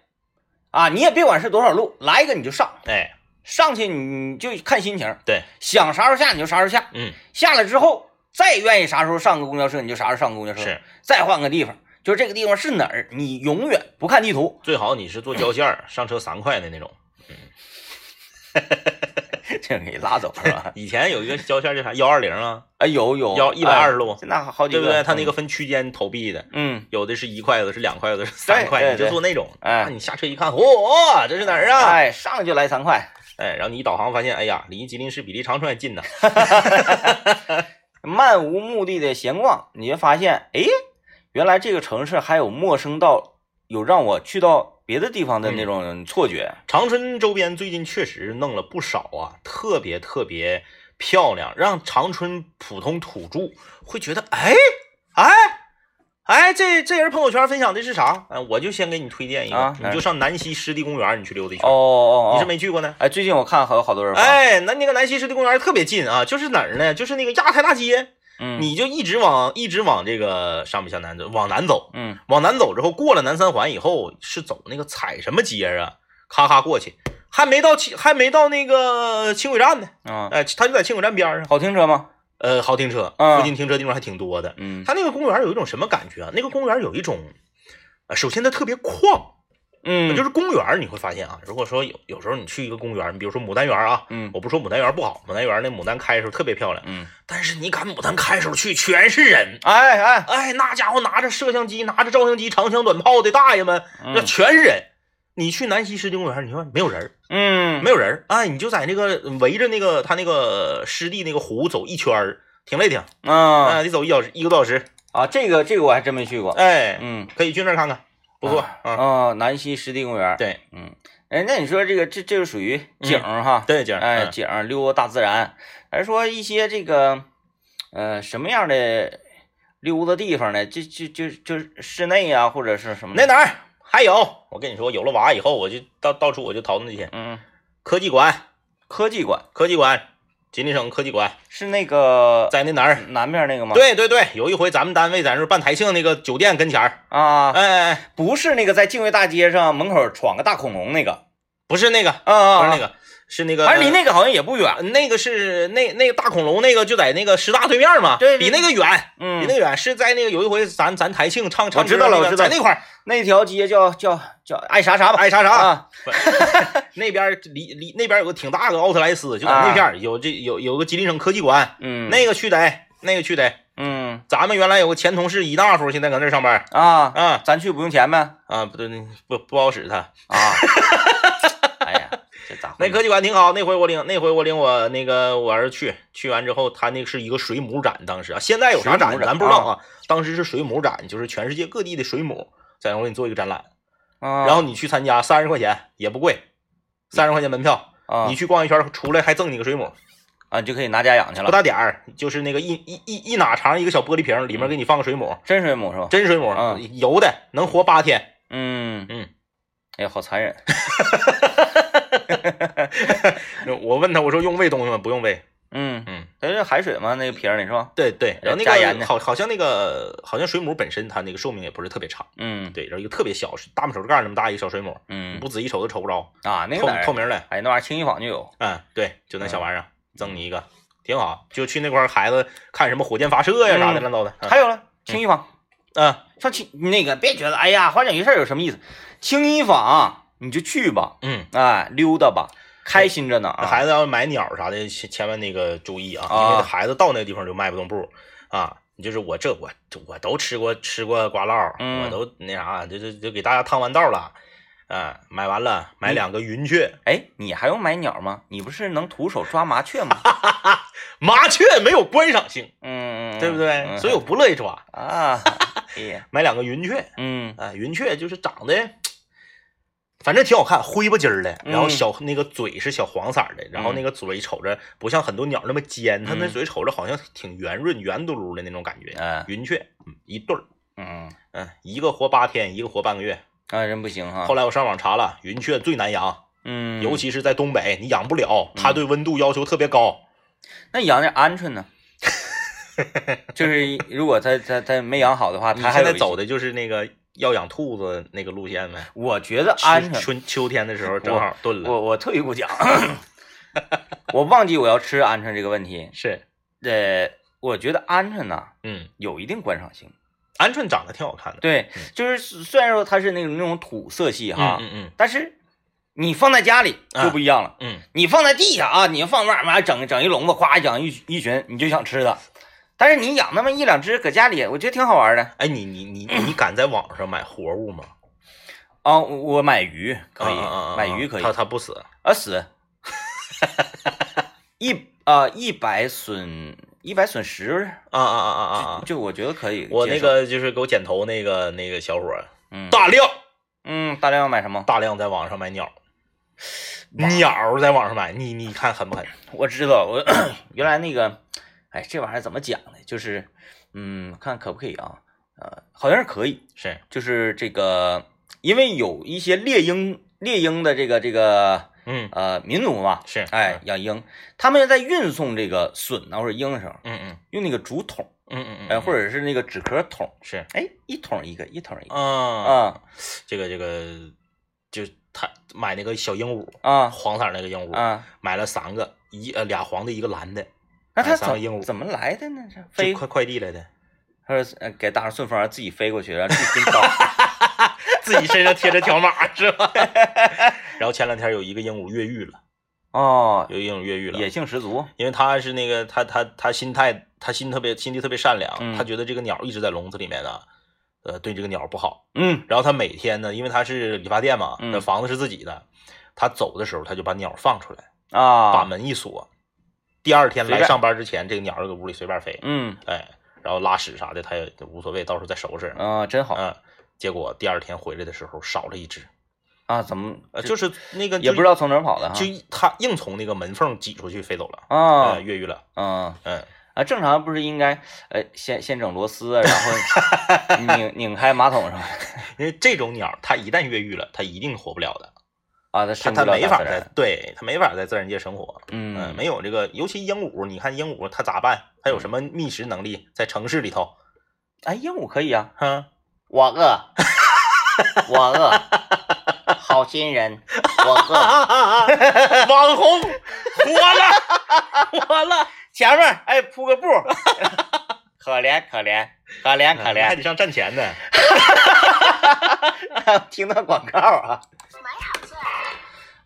Speaker 1: 啊，你也别管是多少路，来一个你就上。
Speaker 2: 哎，
Speaker 1: 上去你就看心情，
Speaker 2: 对，
Speaker 1: 想啥时候下你就啥时候下，
Speaker 2: 嗯
Speaker 1: 下来之后再愿意啥时候上个公交车你就啥时候上个公交车，
Speaker 2: 是，
Speaker 1: 再换个地方，就是这个地方是哪儿，你永远不看地图，
Speaker 2: 最好你是坐郊县儿，上车三块的那种。？
Speaker 1: 这给拉走是吧
Speaker 2: 以前有一个郊县儿叫啥幺二零啊，
Speaker 1: 哎，有有
Speaker 2: 要120路
Speaker 1: 哎那好几
Speaker 2: 对
Speaker 1: 个，
Speaker 2: 不对？他那个分区间投币的，
Speaker 1: 嗯，
Speaker 2: 有的是一块，有的是两块，有的是三块，
Speaker 1: 对
Speaker 2: 你就
Speaker 1: 对
Speaker 2: 坐那种。
Speaker 1: 哎
Speaker 2: 那你下车一看，嚯，这是哪儿
Speaker 1: 嗯，
Speaker 2: 啊？
Speaker 1: 哎，上来就来三块，
Speaker 2: 哎，然后你一导航发现，哎呀，离吉林市比离长春还近呢。
Speaker 1: 漫无目的的闲逛，你就发现，哎，原来这个城市还有陌生到有让我去到别的地方的
Speaker 2: 嗯
Speaker 1: 那种错觉。
Speaker 2: 长春周边最近确实弄了不少啊，特别特别漂亮，让长春普通土著会觉得，哎哎哎，这这人朋友圈分享的是啥？哎，我就先给你推荐一个，
Speaker 1: 啊
Speaker 2: 你就上南溪湿地公园，你去溜达一圈。
Speaker 1: 哦哦哦，
Speaker 2: 你是没去过呢？
Speaker 1: 哎，最近我看好有好多人发，
Speaker 2: 哎，那那个南溪湿地公园特别近啊，就是哪儿呢？就是那个亚太大街，
Speaker 1: 嗯，
Speaker 2: 你就一直往一直往这个上面向南走，往南走，
Speaker 1: 嗯
Speaker 2: 往南走之后，过了南三环以后，是走那个踩什么街啊？咔咔过去，还没到轻，还没到那个轻轨站呢。
Speaker 1: 啊，
Speaker 2: 哎，他就在轻轨站边上。
Speaker 1: 好停车吗？
Speaker 2: 呃，好停车，
Speaker 1: 啊
Speaker 2: 附近停车地方还挺多的。
Speaker 1: 嗯
Speaker 2: 他那个公园有一种什么感觉啊？那个公园有一种，呃，首先它特别旷，
Speaker 1: 嗯，
Speaker 2: 就是公园你会发现啊，如果说有有时候你去一个公园，你比如说牡丹园啊，
Speaker 1: 嗯
Speaker 2: 我不说牡丹园不好，牡丹园那牡丹开的时候特别漂亮，
Speaker 1: 嗯，
Speaker 2: 但是你赶牡丹开的时候去，全是人。
Speaker 1: 哎哎，
Speaker 2: 哎，那家伙拿着摄像机、拿着照相机、长枪短炮的大爷们，
Speaker 1: 嗯
Speaker 2: 那全是人。你去南溪湿地公园，你说没有人儿，
Speaker 1: 嗯
Speaker 2: 没有人儿，哎，你就在那个围着那个他那个湿地那个湖走一圈儿，挺累挺，
Speaker 1: 嗯啊
Speaker 2: 哎，得走一小时一个多小时，
Speaker 1: 啊，这个这个我还真没去过，
Speaker 2: 哎，
Speaker 1: 嗯，
Speaker 2: 可以去那儿看看，不错啊。
Speaker 1: 哦，南溪湿地公园，
Speaker 2: 对嗯
Speaker 1: 嗯，哎，那你说这个这这就属于景儿哈，
Speaker 2: 对，姐儿，
Speaker 1: 哎，
Speaker 2: 嗯
Speaker 1: 景儿溜达大自然，还说一些这个，呃，什么样的溜达地方呢？就就就就是室内呀、或者是什么？
Speaker 2: 那哪儿还有？我跟你说，有了娃以后，我就到到处我就淘那些
Speaker 1: 嗯，
Speaker 2: 科技馆，
Speaker 1: 科技馆
Speaker 2: 科技馆，吉林省科技馆
Speaker 1: 是那个
Speaker 2: 在那哪儿？
Speaker 1: 南面那个吗？
Speaker 2: 对对对，有一回咱们单位在那儿办台庆那个酒店跟前儿，
Speaker 1: 啊，
Speaker 2: 哎哎哎，
Speaker 1: 不是那个在敬畏大街上门口闯个大恐龙那个，
Speaker 2: 不是那个，
Speaker 1: 啊
Speaker 2: 不
Speaker 1: 啊，
Speaker 2: 是那
Speaker 1: 个，
Speaker 2: 个，是那个，
Speaker 1: 反正离那个好像也不远，
Speaker 2: 呃那个是那那个大恐龙，那个就在那个师大对面嘛，
Speaker 1: 对对
Speaker 2: 比那个远，比
Speaker 1: 嗯
Speaker 2: 那，个远是在那个有一回咱咱台庆唱唱
Speaker 1: 我知道了
Speaker 2: 歌那个
Speaker 1: 我知道了
Speaker 2: 在那块儿
Speaker 1: 那条街叫叫叫爱啥啥吧，
Speaker 2: 爱啥啥
Speaker 1: 啊，
Speaker 2: 那边儿离离那边有个挺大个奥特莱斯，就在那片儿、有这有有个吉林省科技馆，
Speaker 1: 啊嗯，
Speaker 2: 那个去得那个去得，
Speaker 1: 嗯
Speaker 2: 咱们原来有个前同事一大夫，现在搁那儿上班
Speaker 1: 啊，
Speaker 2: 啊
Speaker 1: 咱去不用钱呗
Speaker 2: 啊，不对，那不不好使他。
Speaker 1: 啊， 哎呀，这咋回
Speaker 2: 那
Speaker 1: 事？
Speaker 2: 科技馆挺好，那回我领那回我领我那个我儿子去，去完之后他那个是一个水母展，当时啊，现在有啥
Speaker 1: 水
Speaker 2: 展
Speaker 1: 母展
Speaker 2: 咱不知道啊，当时是水母展，就是全世界各地的水母在那儿我给你做一个展览，
Speaker 1: 啊，
Speaker 2: 然后你去参加，三十块钱也不贵，三十块钱门票，
Speaker 1: 啊
Speaker 2: 你去逛一圈出来还赠你个水母，
Speaker 1: 啊，你就可以拿家养去
Speaker 2: 不
Speaker 1: 了，
Speaker 2: 大点儿，就是那个一一一一哪长一个小玻璃瓶，里面给你放个水母，
Speaker 1: 真水母是吧？
Speaker 2: 真水母
Speaker 1: 嗯，
Speaker 2: 游的能活八天。
Speaker 1: 嗯
Speaker 2: 嗯，
Speaker 1: 哎呀，好残忍，
Speaker 2: 我问他我说用喂东西吗？不用喂，
Speaker 1: 嗯，
Speaker 2: 嗯，
Speaker 1: 它是海水吗？那个瓶里是吧？
Speaker 2: 对对，然后那
Speaker 1: 加盐
Speaker 2: 个
Speaker 1: 的
Speaker 2: 好好像那个好像水母本身它那个寿命也不是特别长。
Speaker 1: 嗯
Speaker 2: 对，然后一个特别小，是大拇手指盖那么大一个小水母，你
Speaker 1: 嗯
Speaker 2: 不仔细瞅都瞅不着，
Speaker 1: 啊，那个
Speaker 2: 透
Speaker 1: 哪儿
Speaker 2: 透明的。
Speaker 1: 哎，那玩意儿清一坊就有，
Speaker 2: 嗯，对，就那小玩意儿，
Speaker 1: 嗯
Speaker 2: 赠你一个，挺好。就去那块儿，孩子看什么火箭发射呀啥的
Speaker 1: 嗯
Speaker 2: 乱糟的。
Speaker 1: 还有了，清一坊。
Speaker 2: 嗯
Speaker 1: 上清那个别觉得哎呀花鸟鱼事儿有什么意思，清一坊你就去吧，
Speaker 2: 嗯，
Speaker 1: 哎溜达吧，开心着呢
Speaker 2: 那
Speaker 1: 啊。
Speaker 2: 孩子要是买鸟啥的，千千万那个注意啊，
Speaker 1: 啊
Speaker 2: 因为孩子到那个地方就迈不动步啊。就是我这我我都吃过吃过瓜烙，
Speaker 1: 嗯
Speaker 2: 我都那啥，就就就给大家趟完道了。啊，买完了，买
Speaker 1: 嗯
Speaker 2: 两个云雀，
Speaker 1: 哎，你还用买鸟吗？你不是能徒手抓麻雀 吗？
Speaker 2: 麻雀没有观赏性，
Speaker 1: 嗯，
Speaker 2: 对不对？
Speaker 1: 嗯
Speaker 2: 所以我不乐意抓，
Speaker 1: 啊，哎 呀，
Speaker 2: 买两个云雀，
Speaker 1: 嗯
Speaker 2: 啊，云雀就是长得，反正挺好看，灰不唧儿的，然后
Speaker 1: 嗯
Speaker 2: 小、那个嘴是小黄色儿的，然后那个嘴瞅着不像很多鸟那么尖，它那
Speaker 1: 嗯
Speaker 2: 嘴瞅着好像挺圆润、圆嘟噜的那种感觉。
Speaker 1: 哎
Speaker 2: 云雀，嗯，一对儿，
Speaker 1: 嗯，
Speaker 2: 嗯，一个活八天，一个活半个月。
Speaker 1: 啊真不行哈
Speaker 2: 后。来我上网查了，云雀最难养，
Speaker 1: 嗯，
Speaker 2: 尤其是在东北，你养不了，它对温度要求特别高。
Speaker 1: 那养点鹌鹑 呢？就是如果它它它没养好的话，
Speaker 2: 你
Speaker 1: 它还
Speaker 2: 现在
Speaker 1: 嗯有一
Speaker 2: 走的就是那个要养兔子那个路线呗。
Speaker 1: 我觉得
Speaker 2: 吃
Speaker 1: 鹌鹑，
Speaker 2: 春秋天的时候正
Speaker 1: 我
Speaker 2: 好炖了，
Speaker 1: 我我退一步讲， 我忘记我要吃鹌鹑这个问题，
Speaker 2: 是，
Speaker 1: 呃，我觉得鹌鹑呐
Speaker 2: 嗯，
Speaker 1: 有一定观赏性，
Speaker 2: 鹌鹑长得挺好看的。
Speaker 1: 对
Speaker 2: 嗯，
Speaker 1: 就是虽然说它是那种那种土色系哈，
Speaker 2: 嗯嗯嗯。
Speaker 1: 但是你放在家里就不一样了。
Speaker 2: 嗯
Speaker 1: 你放在地下啊，你放外面整整一笼子，夸养一一群，你就想吃它。但是你养那么一两只搁家里，我觉得挺好玩的
Speaker 2: 哎，你你你你敢在网上买活物 吗？
Speaker 1: 啊、我我买鱼可以，
Speaker 2: 啊啊啊啊
Speaker 1: 买鱼可以
Speaker 2: 它它 不死，
Speaker 1: 啊死，一啊、一百损一百损十，
Speaker 2: 啊啊啊啊啊啊！
Speaker 1: 就我觉得可以。
Speaker 2: 我那，个就是给我剪头那个那个小伙儿，
Speaker 1: 嗯
Speaker 2: 大量
Speaker 1: 嗯，大亮要买什么？
Speaker 2: 大量在网上买鸟，鸟儿在网上买，你你看狠不狠？
Speaker 1: 我知道，我原来那个，哎，这玩意儿怎么讲呢？就是，嗯，看可不可以啊？呃，好像是可以，
Speaker 2: 是，
Speaker 1: 就是这个，因为有一些猎鹰猎鹰的这个这个
Speaker 2: 嗯
Speaker 1: 呃民族嘛，
Speaker 2: 是嗯
Speaker 1: 哎，养鹰，他们在运送这个隼啊或者鹰的时候，
Speaker 2: 嗯嗯
Speaker 1: 用那个竹筒，
Speaker 2: 嗯嗯嗯，
Speaker 1: 哎，或
Speaker 2: 者
Speaker 1: 者是那个纸壳筒，
Speaker 2: 是，
Speaker 1: 哎，一桶一个，一桶一个，
Speaker 2: 啊
Speaker 1: 啊
Speaker 2: 这个这个就他买那个小鹦鹉，
Speaker 1: 啊
Speaker 2: 黄色那个鹦鹉，
Speaker 1: 啊，
Speaker 2: 买了三个，一呃俩黄的，一个蓝的，
Speaker 1: 那它
Speaker 2: 买三个鹦
Speaker 1: 怎
Speaker 2: 鹉
Speaker 1: 怎么来的呢？这
Speaker 2: 就
Speaker 1: 飞，
Speaker 2: 快快递来的，
Speaker 1: 他说呃给大伙儿顺风耳自己飞过去，然后自己 跟着
Speaker 2: 自己身上贴着条码 是吧？然后前两天有一个鹦鹉越狱了，
Speaker 1: 哦，
Speaker 2: 有一个鹦鹉越狱了，
Speaker 1: 野性十足，
Speaker 2: 因为他是那个他他他心态他心特别心地特别善良，
Speaker 1: 嗯
Speaker 2: 他觉得这个鸟一直在笼子里面呢，呃，对这个鸟不好。
Speaker 1: 嗯
Speaker 2: 然后他每天呢，因为他是理发店嘛，
Speaker 1: 嗯
Speaker 2: 那房子是自己的，他走的时候他就把鸟放出来，把
Speaker 1: 啊，
Speaker 2: 门一锁。第二天
Speaker 1: 随
Speaker 2: 来
Speaker 1: 便
Speaker 2: 上班之前，这个鸟就搁屋里随便飞，
Speaker 1: 嗯
Speaker 2: 哎，然后拉屎啥的他也无所谓，到时候再收拾。
Speaker 1: 啊，真好
Speaker 2: 嗯，结果第二天回来的时候少了一只，
Speaker 1: 啊，怎么
Speaker 2: 呃，就是那个
Speaker 1: 也不知
Speaker 2: 道，
Speaker 1: 道从哪儿跑的哈
Speaker 2: 就一他硬从那个门缝挤出去飞走了，
Speaker 1: 啊
Speaker 2: 呃，越狱了，
Speaker 1: 嗯。
Speaker 2: 嗯，
Speaker 1: 啊，正常不是应该呃先先整螺丝，然后拧 拧开马桶是吧？
Speaker 2: 因为这种鸟，它一旦越狱了，它一定活不了的，
Speaker 1: 啊，它
Speaker 2: 它
Speaker 1: 深
Speaker 2: 它
Speaker 1: 不了
Speaker 2: 没
Speaker 1: 大
Speaker 2: 法
Speaker 1: 自
Speaker 2: 在
Speaker 1: 然，
Speaker 2: 对它没法在自然界生活，呃
Speaker 1: 嗯，
Speaker 2: 没有这个，尤其鹦鹉，你看鹦鹉它咋办？它有什么觅食能力？在城市里头，
Speaker 1: 哎，鹦鹉可以啊，
Speaker 2: 哈，
Speaker 1: 我饿，我 饿，好心人，我饿。
Speaker 2: 啊 网红火了，火了，
Speaker 1: 前面哎铺个布， 可怜可怜可怜可
Speaker 2: 嗯还
Speaker 1: 怜，
Speaker 2: 得上站前呢，
Speaker 1: 听到广告啊。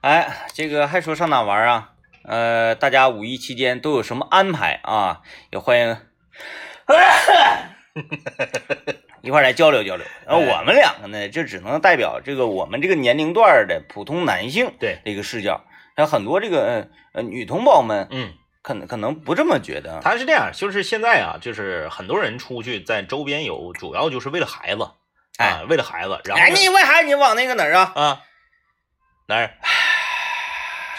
Speaker 1: 哎，这个还说上哪玩啊？呃，大家五一期间都有什么安排啊？也欢迎 一块儿来交流交流。然
Speaker 2: 哎
Speaker 1: 后我们两个呢，这只能代表这个我们这个年龄段儿的普通男性
Speaker 2: 对，
Speaker 1: 这个视角，还有很多这个呃呃女同胞们
Speaker 2: 嗯。
Speaker 1: 可能可能不这么觉得。啊
Speaker 2: 他是这样，就是现在啊，就是很多人出去在周边游，主要就是为了孩子，啊
Speaker 1: 哎，
Speaker 2: 为了孩子，然后
Speaker 1: 哎，你为啥你往那个哪儿啊？
Speaker 2: 啊，哪儿？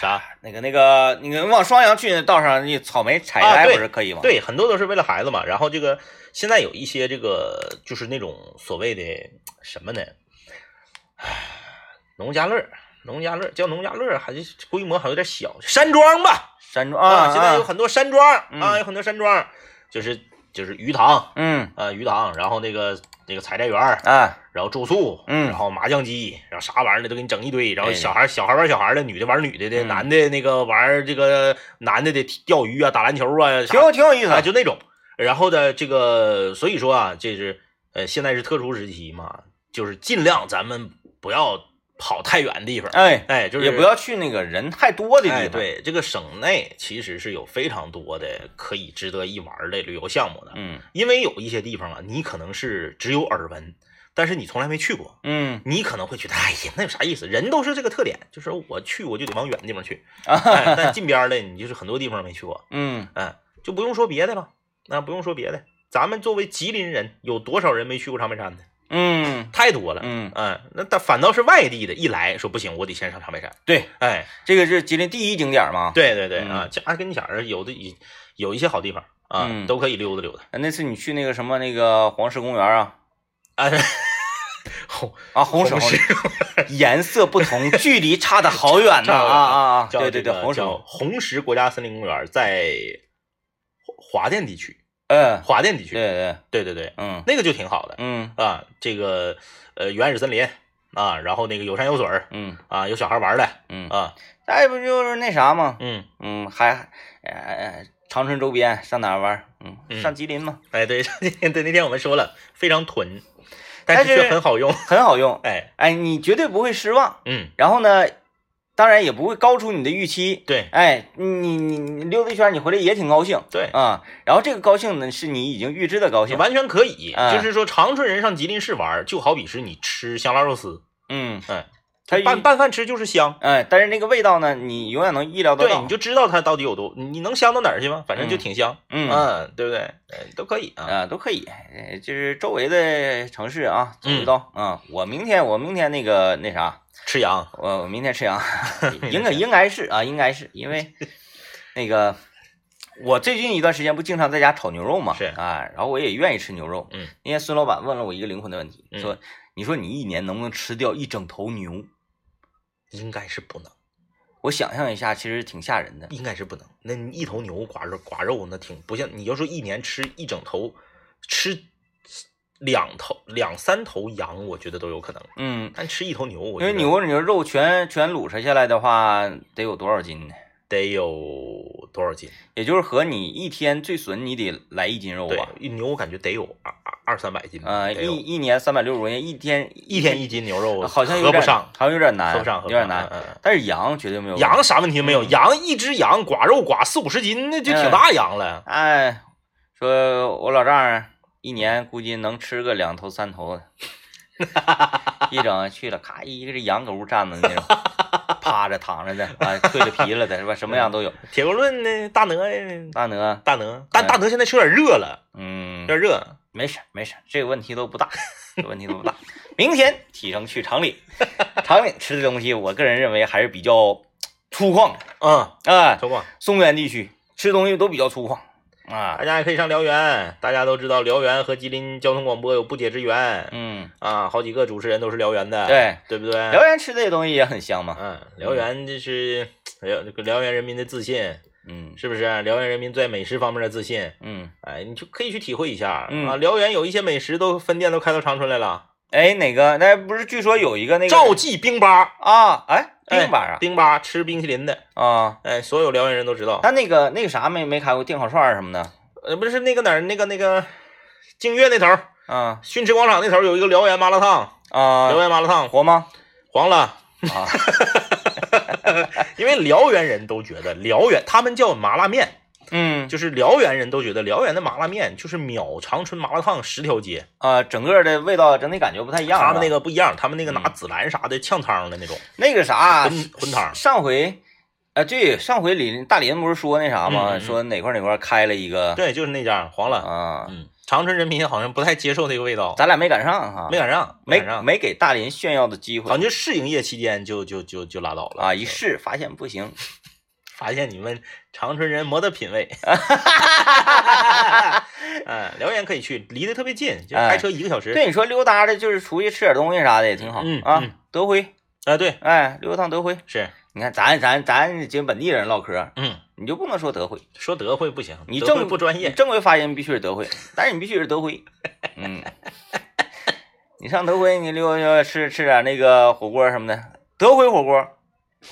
Speaker 2: 啥？
Speaker 1: 那个那个，你往双阳去那道上，那草莓采
Speaker 2: 啊
Speaker 1: 摘
Speaker 2: 对
Speaker 1: 不是可以吗？，
Speaker 2: 对，很多都是为了孩子嘛。然后这个现在有一些这个就是那种所谓的什么呢？唉农家乐儿，农家乐儿叫农家乐儿，还是规模还有点小，山庄吧
Speaker 1: 山庄啊，
Speaker 2: 现在有
Speaker 1: 啊
Speaker 2: 很多山庄
Speaker 1: 嗯
Speaker 2: 啊，有很多山庄，就是就是鱼塘
Speaker 1: 嗯
Speaker 2: 啊，鱼塘，然后那个那个采摘园儿，
Speaker 1: 啊，
Speaker 2: 然后住宿，
Speaker 1: 嗯
Speaker 2: 然后麻将机，然后啥玩意儿的都给你整一堆，然后
Speaker 1: 哎
Speaker 2: 小孩儿小孩儿玩小孩儿的，女的玩女的的，
Speaker 1: 嗯
Speaker 2: 男的那个玩儿这个男的的钓鱼啊，打篮球啊，啥
Speaker 1: 挺有挺有意思的
Speaker 2: 啊，就那种。然后呢，这个所以说啊，这是呃，现在是特殊时期嘛，就是尽量咱们不要跑太远的地方，
Speaker 1: 哎，
Speaker 2: 哎，就是
Speaker 1: 也不要去那个人太多的地
Speaker 2: 哎，
Speaker 1: 方。，
Speaker 2: 对，这个省内其实是有非常多的可以值得一玩儿的旅游项目的，
Speaker 1: 嗯
Speaker 2: 因为有一些地方啊，你可能是只有耳闻，但是你从来没去过。
Speaker 1: 嗯
Speaker 2: 你可能会觉得，哎呀，那有啥意思？人都是这个特点，就是我去我就得往远的地方去，
Speaker 1: 啊
Speaker 2: 哎、但近边儿的你就是很多地方没去过，
Speaker 1: 嗯
Speaker 2: 嗯，就不用说别的了，那、不用说别的，咱们作为吉林人，有多少人没去过长白山的？
Speaker 1: 嗯
Speaker 2: 太多了，
Speaker 1: 嗯，
Speaker 2: 嗯，那但反倒是外地的，一来说不行，我得先上长白山，
Speaker 1: 对，
Speaker 2: 哎，
Speaker 1: 这个是吉林第一景点嘛。
Speaker 2: 对对对、
Speaker 1: 嗯
Speaker 2: 啊，家跟前儿有的有有一些好地方啊，
Speaker 1: 嗯
Speaker 2: 都可以溜达溜达，
Speaker 1: 对，那次你去那个什么那个黄石公园啊
Speaker 2: 啊，
Speaker 1: 啊，红石
Speaker 2: 红石
Speaker 1: 红石颜色不同，距离差的好远呐
Speaker 2: 差得
Speaker 1: 啊啊啊！
Speaker 2: 叫
Speaker 1: 对对对
Speaker 2: 这，个
Speaker 1: 红石，
Speaker 2: 叫红石国家森林公园，在华华电地区，
Speaker 1: 嗯，
Speaker 2: 华电地
Speaker 1: 对
Speaker 2: 区，
Speaker 1: 对，
Speaker 2: 对对对，
Speaker 1: 嗯
Speaker 2: 那个就挺好的
Speaker 1: 嗯
Speaker 2: 啊，这个呃原始森林啊，然后那个有山有水儿
Speaker 1: 嗯
Speaker 2: 啊，有小孩玩儿的
Speaker 1: 嗯，
Speaker 2: 啊，
Speaker 1: 再不就是那啥嘛，
Speaker 2: 嗯，
Speaker 1: 嗯，还呃长春周边上哪儿玩儿？嗯，
Speaker 2: 嗯
Speaker 1: 上吉林嘛，
Speaker 2: 哎对， 那天对那天我们说了，非常囤，
Speaker 1: 但
Speaker 2: 但
Speaker 1: 是
Speaker 2: 是却很好用，
Speaker 1: 很好用。
Speaker 2: 哎，
Speaker 1: 哎，你绝对不会失望。
Speaker 2: 嗯，
Speaker 1: 然后呢，当然也不会高出你的预期。
Speaker 2: 对
Speaker 1: 哎，你你你溜达一圈，你回来也挺高兴
Speaker 2: 对。
Speaker 1: 啊。然后这个高兴呢，是你已经预知的高兴。
Speaker 2: 完全可以，
Speaker 1: 哎
Speaker 2: 就是说长春人上吉林市玩儿，就好比是你吃香辣肉丝，
Speaker 1: 嗯
Speaker 2: 哎，
Speaker 1: 它
Speaker 2: 拌拌饭吃就是香。
Speaker 1: 哎，但是那个味道呢，你永远能意料得
Speaker 2: 对，
Speaker 1: 到。
Speaker 2: 你就知道它到底有多，你能香到哪儿去吗？反正就
Speaker 1: 嗯
Speaker 2: 挺香，
Speaker 1: 嗯啊、
Speaker 2: 嗯，对不对？呃都可以啊。
Speaker 1: 都可以，呃就是周围的城市啊，走
Speaker 2: 嗯
Speaker 1: 一走啊。我明天我明天那个那啥，
Speaker 2: 吃羊，
Speaker 1: 我我明天吃羊， 应该应该是啊，应该是因 为那个我最近一段时间不经常在家炒牛肉嘛，
Speaker 2: 是
Speaker 1: 啊，然后我也愿意吃牛肉。
Speaker 2: 嗯，
Speaker 1: 那天孙老板问了我一个灵魂的问题，
Speaker 2: 嗯
Speaker 1: 说你说你一年能不能吃掉一整头牛？
Speaker 2: 应该是不能，
Speaker 1: 我想象一下，其实挺吓人的。
Speaker 2: 应该是不能。那你一头牛刮肉刮肉那挺不像，你要说一年吃一整头，吃两头两三头羊，我觉得都有可能。
Speaker 1: 嗯，
Speaker 2: 但吃一头牛，
Speaker 1: 因
Speaker 2: 我觉
Speaker 1: 为
Speaker 2: 得
Speaker 1: 牛牛肉全全卤食下来的话，得有多少斤呢？
Speaker 2: 得有多少斤？
Speaker 1: 也就是和你一天最损你得来一斤肉
Speaker 2: 对
Speaker 1: 吧？，
Speaker 2: 一牛我感觉得有二二二三百斤吧。
Speaker 1: 呃，
Speaker 2: 得
Speaker 1: 一
Speaker 2: 有
Speaker 1: 一年三百六十五天，一天
Speaker 2: 一天一斤牛肉，
Speaker 1: 好像有
Speaker 2: 合不
Speaker 1: 点
Speaker 2: 上，
Speaker 1: 好像有点难，
Speaker 2: 合不上，合
Speaker 1: 有
Speaker 2: 不
Speaker 1: 点
Speaker 2: 上
Speaker 1: 难。
Speaker 2: 嗯嗯
Speaker 1: 但是羊绝对没有问
Speaker 2: 嗯
Speaker 1: 题
Speaker 2: 羊啥问题没有？羊一只羊刮肉刮四五十斤，那就挺
Speaker 1: 嗯
Speaker 2: 大羊了。
Speaker 1: 哎，说我老丈人一年估计能吃个两头三头的，一整去了，咔一个是羊搁屋站着那种，趴着躺着的啊，蜕了皮了的是吧？什么样都有。
Speaker 2: 铁锅炖呢，大鹅呀，
Speaker 1: 大鹅，
Speaker 2: 大鹅，但大鹅现在是有点热了，
Speaker 1: 嗯
Speaker 2: 有，点热。
Speaker 1: 没事儿没事儿，这个问题都不大，这个问题都不大。明天提成去长岭，长岭吃的东西，我个人认为还是比较粗犷
Speaker 2: 嗯，
Speaker 1: 啊、
Speaker 2: 小广，
Speaker 1: 松原地区吃东西都比较粗犷啊、
Speaker 2: 大家也可以上辽源，大家都知道辽源和吉林交通广播有不解之缘
Speaker 1: 嗯，
Speaker 2: 啊，好几个主持人都是辽源的，
Speaker 1: 对，
Speaker 2: 对不对？
Speaker 1: 辽源吃这些东西也很香嘛。
Speaker 2: 嗯，辽源这是哎呀，这个辽源人民的自信，
Speaker 1: 嗯
Speaker 2: 是不是？辽源人民在美食方面的自信，
Speaker 1: 嗯，
Speaker 2: 哎，你就可以去体会一下、
Speaker 1: 嗯
Speaker 2: 啊。辽源有一些美食都分店都开到长春来了，
Speaker 1: 哎，哪个？那不是据说有一个那个
Speaker 2: 赵记冰吧，
Speaker 1: 啊？哎，
Speaker 2: 哎
Speaker 1: 定吧啊、
Speaker 2: 冰吧吃冰淇淋的，
Speaker 1: 啊？
Speaker 2: 哎，所有辽源人都知道。
Speaker 1: 他那个那个啥没没开过电烤串儿什么的
Speaker 2: 呃，不是那个哪儿，那个那个净月那头儿，
Speaker 1: 啊
Speaker 2: 训驰广场那头儿有一个辽源麻辣烫，
Speaker 1: 啊
Speaker 2: 辽？源麻辣烫
Speaker 1: 活吗？
Speaker 2: 黄了。
Speaker 1: 啊，
Speaker 2: 因为辽源人都觉得辽源，他们叫麻辣面，
Speaker 1: 嗯
Speaker 2: 就是辽源人都觉得辽源的麻辣面就是秒长春麻辣烫十条街，
Speaker 1: 啊，整个的味道整体感觉不太一样。
Speaker 2: 他们
Speaker 1: 是吧
Speaker 2: 那个不一样，他们那个拿
Speaker 1: 嗯
Speaker 2: 紫兰啥的呛汤的那种，
Speaker 1: 那个啥
Speaker 2: 混混汤
Speaker 1: 上回，呃，对，上回李大林不是说那啥吗？
Speaker 2: 嗯嗯嗯
Speaker 1: 说哪块哪块开了一个，
Speaker 2: 对，就是那家黄了。
Speaker 1: 啊、
Speaker 2: 嗯，长春人民好像不太接受这个味道，
Speaker 1: 咱俩没赶上哈，
Speaker 2: 没赶上，
Speaker 1: 啊没
Speaker 2: 赶上，
Speaker 1: 没给大林炫耀的机
Speaker 2: 好
Speaker 1: 会
Speaker 2: 像就试营业期间就就就就拉倒了
Speaker 1: 啊！一试发现不行，
Speaker 2: 发现你们长春人没得 品味。 嗯，辽源可以去，离得特别近，就开车一个小时。
Speaker 1: 哎对你说溜达的，就是出去吃点东西啥的也挺好、
Speaker 2: 嗯
Speaker 1: 啊。
Speaker 2: 嗯
Speaker 1: 德辉，
Speaker 2: 啊，对，
Speaker 1: 哎，溜达趟德辉，
Speaker 2: 是，
Speaker 1: 你看咱咱咱跟本地人唠嗑，
Speaker 2: 嗯，
Speaker 1: 你就不能说德辉，
Speaker 2: 说德惠不行，
Speaker 1: 你
Speaker 2: 德惠
Speaker 1: 正
Speaker 2: 不专
Speaker 1: 你
Speaker 2: 业。
Speaker 1: 正规发音必须是德 惠，但是你必须是德辉。嗯，你上德辉，你溜达溜达吃吃点那个火锅什么的，德辉火锅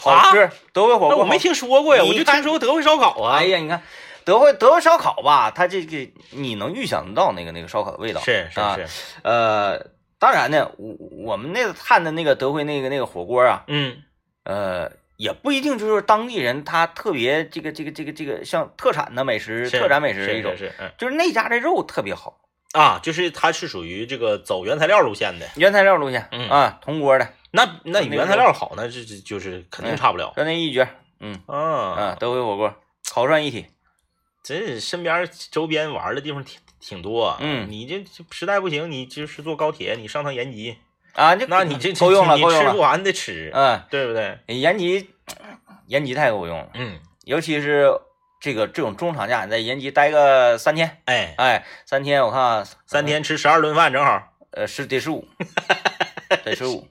Speaker 1: 好吃，德辉火
Speaker 2: 啊那
Speaker 1: 锅
Speaker 2: 我没
Speaker 1: 好吃。
Speaker 2: 听说过呀，
Speaker 1: 你
Speaker 2: 我就
Speaker 1: 看
Speaker 2: 听说过德惠烧烤啊
Speaker 1: 哎。呀，你看德惠德惠烧烤吧，它这个你能预想得到那个那个烧烤的味道。
Speaker 2: 是是
Speaker 1: 啊
Speaker 2: 是，
Speaker 1: 呃，当然呢，我我们那个看的那个德惠那个那个火锅啊，
Speaker 2: 嗯，
Speaker 1: 呃，也不一定就是当地人他特别这个这个这个这个像特产的美食、
Speaker 2: 是
Speaker 1: 特产美
Speaker 2: 是
Speaker 1: 食一种，
Speaker 2: 是是，嗯
Speaker 1: 就是那家的肉特别好。
Speaker 2: 啊，就是它是属于这个走原材料路线的。
Speaker 1: 原材料路线，
Speaker 2: 嗯
Speaker 1: 啊，铜锅的，
Speaker 2: 那那
Speaker 1: 那个
Speaker 2: 原材料好，那这这就是肯定差不了。
Speaker 1: 就那一绝，嗯
Speaker 2: 啊
Speaker 1: 啊，，德惠火锅，烤涮一体，
Speaker 2: 这身边儿周边玩儿的地方挺挺多，啊
Speaker 1: 嗯
Speaker 2: 你这这实在不行，你就是坐高铁，你上趟延吉，
Speaker 1: 啊，这
Speaker 2: 那你这
Speaker 1: 够用了，
Speaker 2: 你
Speaker 1: 够用
Speaker 2: 吃不
Speaker 1: 了，
Speaker 2: 完得吃，
Speaker 1: 嗯，
Speaker 2: 对不对？
Speaker 1: 延吉，延吉太够用了，
Speaker 2: 嗯，
Speaker 1: 尤其是这个这种中长假，你在延吉待个三天，
Speaker 2: 哎，
Speaker 1: 哎，三天我看啊
Speaker 2: 三，天吃十二顿饭正好，
Speaker 1: 呃，是得十五， 得十五，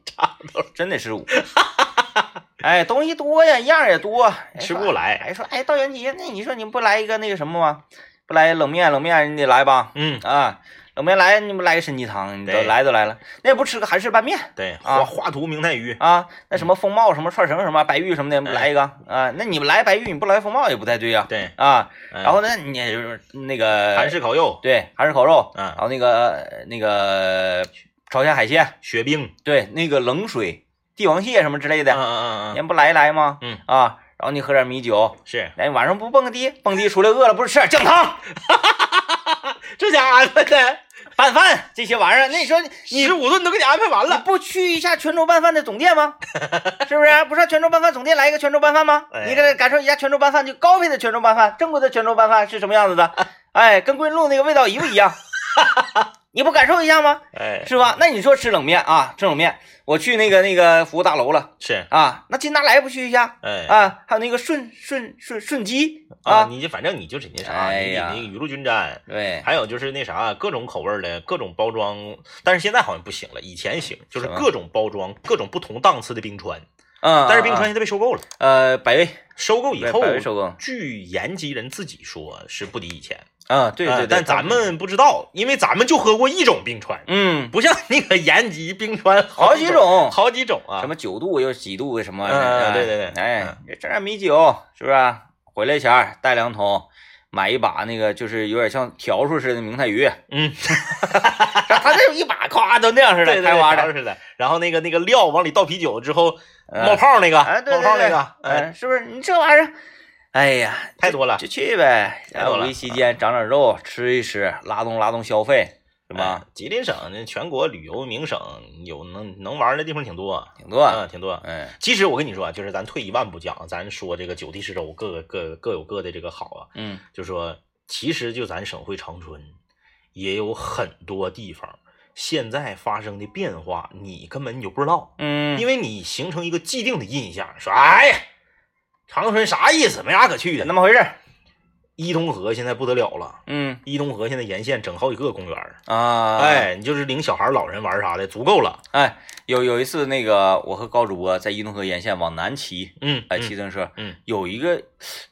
Speaker 1: 真得十五。 哎，东西多呀，样儿也多，哎
Speaker 2: 吃不
Speaker 1: 说
Speaker 2: 来
Speaker 1: 哎，说哎，到延吉，那你说你不来一个那个什么吗？不来冷面，冷面你得来吧。
Speaker 2: 嗯，
Speaker 1: 啊，冷面来你们来个参鸡汤，你都
Speaker 2: 对
Speaker 1: 来都来了，那也不吃个韩式拌面
Speaker 2: 对，
Speaker 1: 啊
Speaker 2: 花花图明太鱼，
Speaker 1: 啊？那什么
Speaker 2: 嗯
Speaker 1: 风貌、什么串绳、什么白玉什么的，来一个啊？那你们来白玉，你不来风貌也不太对呀、
Speaker 2: 对，
Speaker 1: 啊。
Speaker 2: 嗯
Speaker 1: 然后呢，你也就是那个
Speaker 2: 韩式烤肉、
Speaker 1: 对韩式烤肉，
Speaker 2: 嗯
Speaker 1: 然后那个呃那个朝鲜海鲜，
Speaker 2: 雪冰，
Speaker 1: 对那个冷水帝王蟹什么之类
Speaker 2: 嗯
Speaker 1: 的，
Speaker 2: 嗯嗯嗯，
Speaker 1: 人不来一来吗？
Speaker 2: 嗯
Speaker 1: 啊，然后你喝点米酒，
Speaker 2: 是
Speaker 1: 哎，晚上不蹦个迪，蹦迪出来饿了不是吃点酱汤？
Speaker 2: 这家安排的
Speaker 1: 拌饭这些玩意儿，那你说你
Speaker 2: 十五顿都给你安排完
Speaker 1: 你
Speaker 2: 了，
Speaker 1: 不去一下泉州拌饭的总店吗？是不是？不是泉州拌饭总店来一个泉州拌饭吗？
Speaker 2: 哎
Speaker 1: 你给他感受一下泉州拌饭，就高配的泉州拌饭，正规的泉州拌饭是什么样子 的？哎，跟桂林路那个味道一不一样？ 你不感受一下吗？
Speaker 2: 哎，
Speaker 1: 是吧？那你说吃冷面啊，吃冷面，我去那个那个服务大楼了
Speaker 2: 是，
Speaker 1: 啊，那金达莱不去一下
Speaker 2: 哎
Speaker 1: 啊？还有那个顺顺顺顺基
Speaker 2: 啊，
Speaker 1: 啊，
Speaker 2: 你就反正你就是那啥，
Speaker 1: 哎
Speaker 2: 你得
Speaker 1: 呀
Speaker 2: 那个雨露均沾，
Speaker 1: 对，
Speaker 2: 还有就是那啥，各种口味儿的各种包装，但是现在好像不行了，以前行，就是
Speaker 1: 什么
Speaker 2: 各种包装、各种不同档次的冰川，
Speaker 1: 嗯，
Speaker 2: 但是冰川
Speaker 1: 嗯
Speaker 2: 现在被收购了，
Speaker 1: 呃百威
Speaker 2: 收购以
Speaker 1: 对
Speaker 2: 后
Speaker 1: 百，威收购，
Speaker 2: 据延吉人自己说是不敌以前，
Speaker 1: 啊，对
Speaker 2: 啊
Speaker 1: 对，对
Speaker 2: 但咱们不知道，因为咱们就喝过一种冰川，
Speaker 1: 嗯，
Speaker 2: 不像那个延吉冰川
Speaker 1: 好几种，
Speaker 2: 好几种啊，
Speaker 1: 什么九度又几度什么，
Speaker 2: 嗯嗯嗯对对对
Speaker 1: 哎
Speaker 2: 嗯，
Speaker 1: 你整点米酒是不是？回来前儿带两桶，买一把那个就是有点像笤帚似的明太鱼，
Speaker 2: 嗯，
Speaker 1: 他这有一把夸都那样似
Speaker 2: 对
Speaker 1: 的
Speaker 2: 对
Speaker 1: 开
Speaker 2: 对，
Speaker 1: 花
Speaker 2: 条
Speaker 1: 的，
Speaker 2: 似的，然后那个那个料往里倒啤酒之后
Speaker 1: 嗯
Speaker 2: 冒泡那个，
Speaker 1: 哎对
Speaker 2: 冒
Speaker 1: 对
Speaker 2: 泡那
Speaker 1: 对
Speaker 2: 个，哎，
Speaker 1: 哎，是不是？你这玩意儿，哎呀，
Speaker 2: 太多了
Speaker 1: 就去呗，
Speaker 2: 太
Speaker 1: 然
Speaker 2: 多
Speaker 1: 后
Speaker 2: 了
Speaker 1: 五一期间长点肉，吃一吃，拉动拉动消费，是吧？
Speaker 2: 哎？吉林省那全国旅游名省有能能玩的地方挺多，
Speaker 1: 挺多，
Speaker 2: 嗯，挺多。
Speaker 1: 哎，
Speaker 2: 其实我跟你说啊，就是咱退一万步讲，咱说这个九地十州各个各各有各的这个好啊，
Speaker 1: 嗯，
Speaker 2: 就说其实就咱省会长春也有很多地方现在发生的变化，你根本你就不知道。
Speaker 1: 嗯，
Speaker 2: 因为你形成一个既定的印象，说哎呀，长春啥意思？没啥可去的。
Speaker 1: 那么回事儿，
Speaker 2: 伊通河现在不得了了，
Speaker 1: 嗯
Speaker 2: 伊通河现在沿线整好几个公园儿，
Speaker 1: 啊，。
Speaker 2: 哎，你就是领小孩、老人玩啥的，足够了。
Speaker 1: 哎，有有一次那个，我和高主播在伊通河沿线往南骑，
Speaker 2: 嗯，
Speaker 1: 哎，
Speaker 2: 嗯
Speaker 1: 骑自行车，
Speaker 2: 嗯，
Speaker 1: 有一个，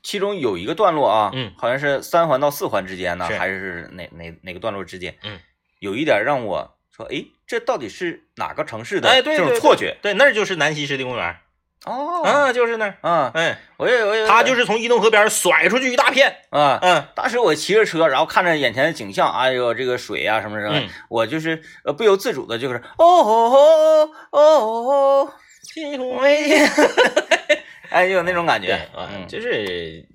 Speaker 1: 其中有一个段落啊，
Speaker 2: 嗯
Speaker 1: 好像是三环到四环之间呢，
Speaker 2: 是
Speaker 1: 还是哪哪哪个段落之间，
Speaker 2: 嗯，
Speaker 1: 有一点让我说，哎，这到底是哪个城市的？
Speaker 2: 哎，对，
Speaker 1: 这种
Speaker 2: 对
Speaker 1: 错觉。，
Speaker 2: 对，对那儿就是南溪湿地公园，
Speaker 1: 哦，
Speaker 2: 啊，就是那儿，
Speaker 1: 啊，
Speaker 2: 哎，
Speaker 1: 我也我也，
Speaker 2: 他就是从伊通河边甩出去一大片，
Speaker 1: 啊。
Speaker 2: 嗯，
Speaker 1: 当时我骑着车，然后看着眼前的景象，哎呦，这个水啊什么什么，
Speaker 2: 嗯
Speaker 1: 我就是呃不由自主的就是哦哦哦哦哦，
Speaker 2: 这
Speaker 1: 哎，就有那种感
Speaker 2: 对
Speaker 1: 觉，
Speaker 2: 啊
Speaker 1: 嗯，，
Speaker 2: 就是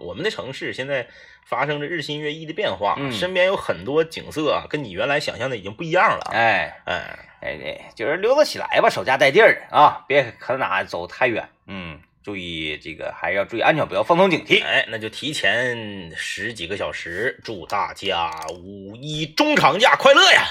Speaker 2: 我们的城市现在发生着日新月异的变化，
Speaker 1: 嗯
Speaker 2: 身边有很多景色啊，跟你原来想象的已经不一样了。
Speaker 1: 哎。
Speaker 2: 哎，
Speaker 1: 哎，对，就是溜达起来吧，守家带地儿啊，别可哪走太远。嗯，注意这个，还是要注意安全，不要放松警惕。
Speaker 2: 哎，那就提前十几个小时，祝大家五一中长假快乐呀！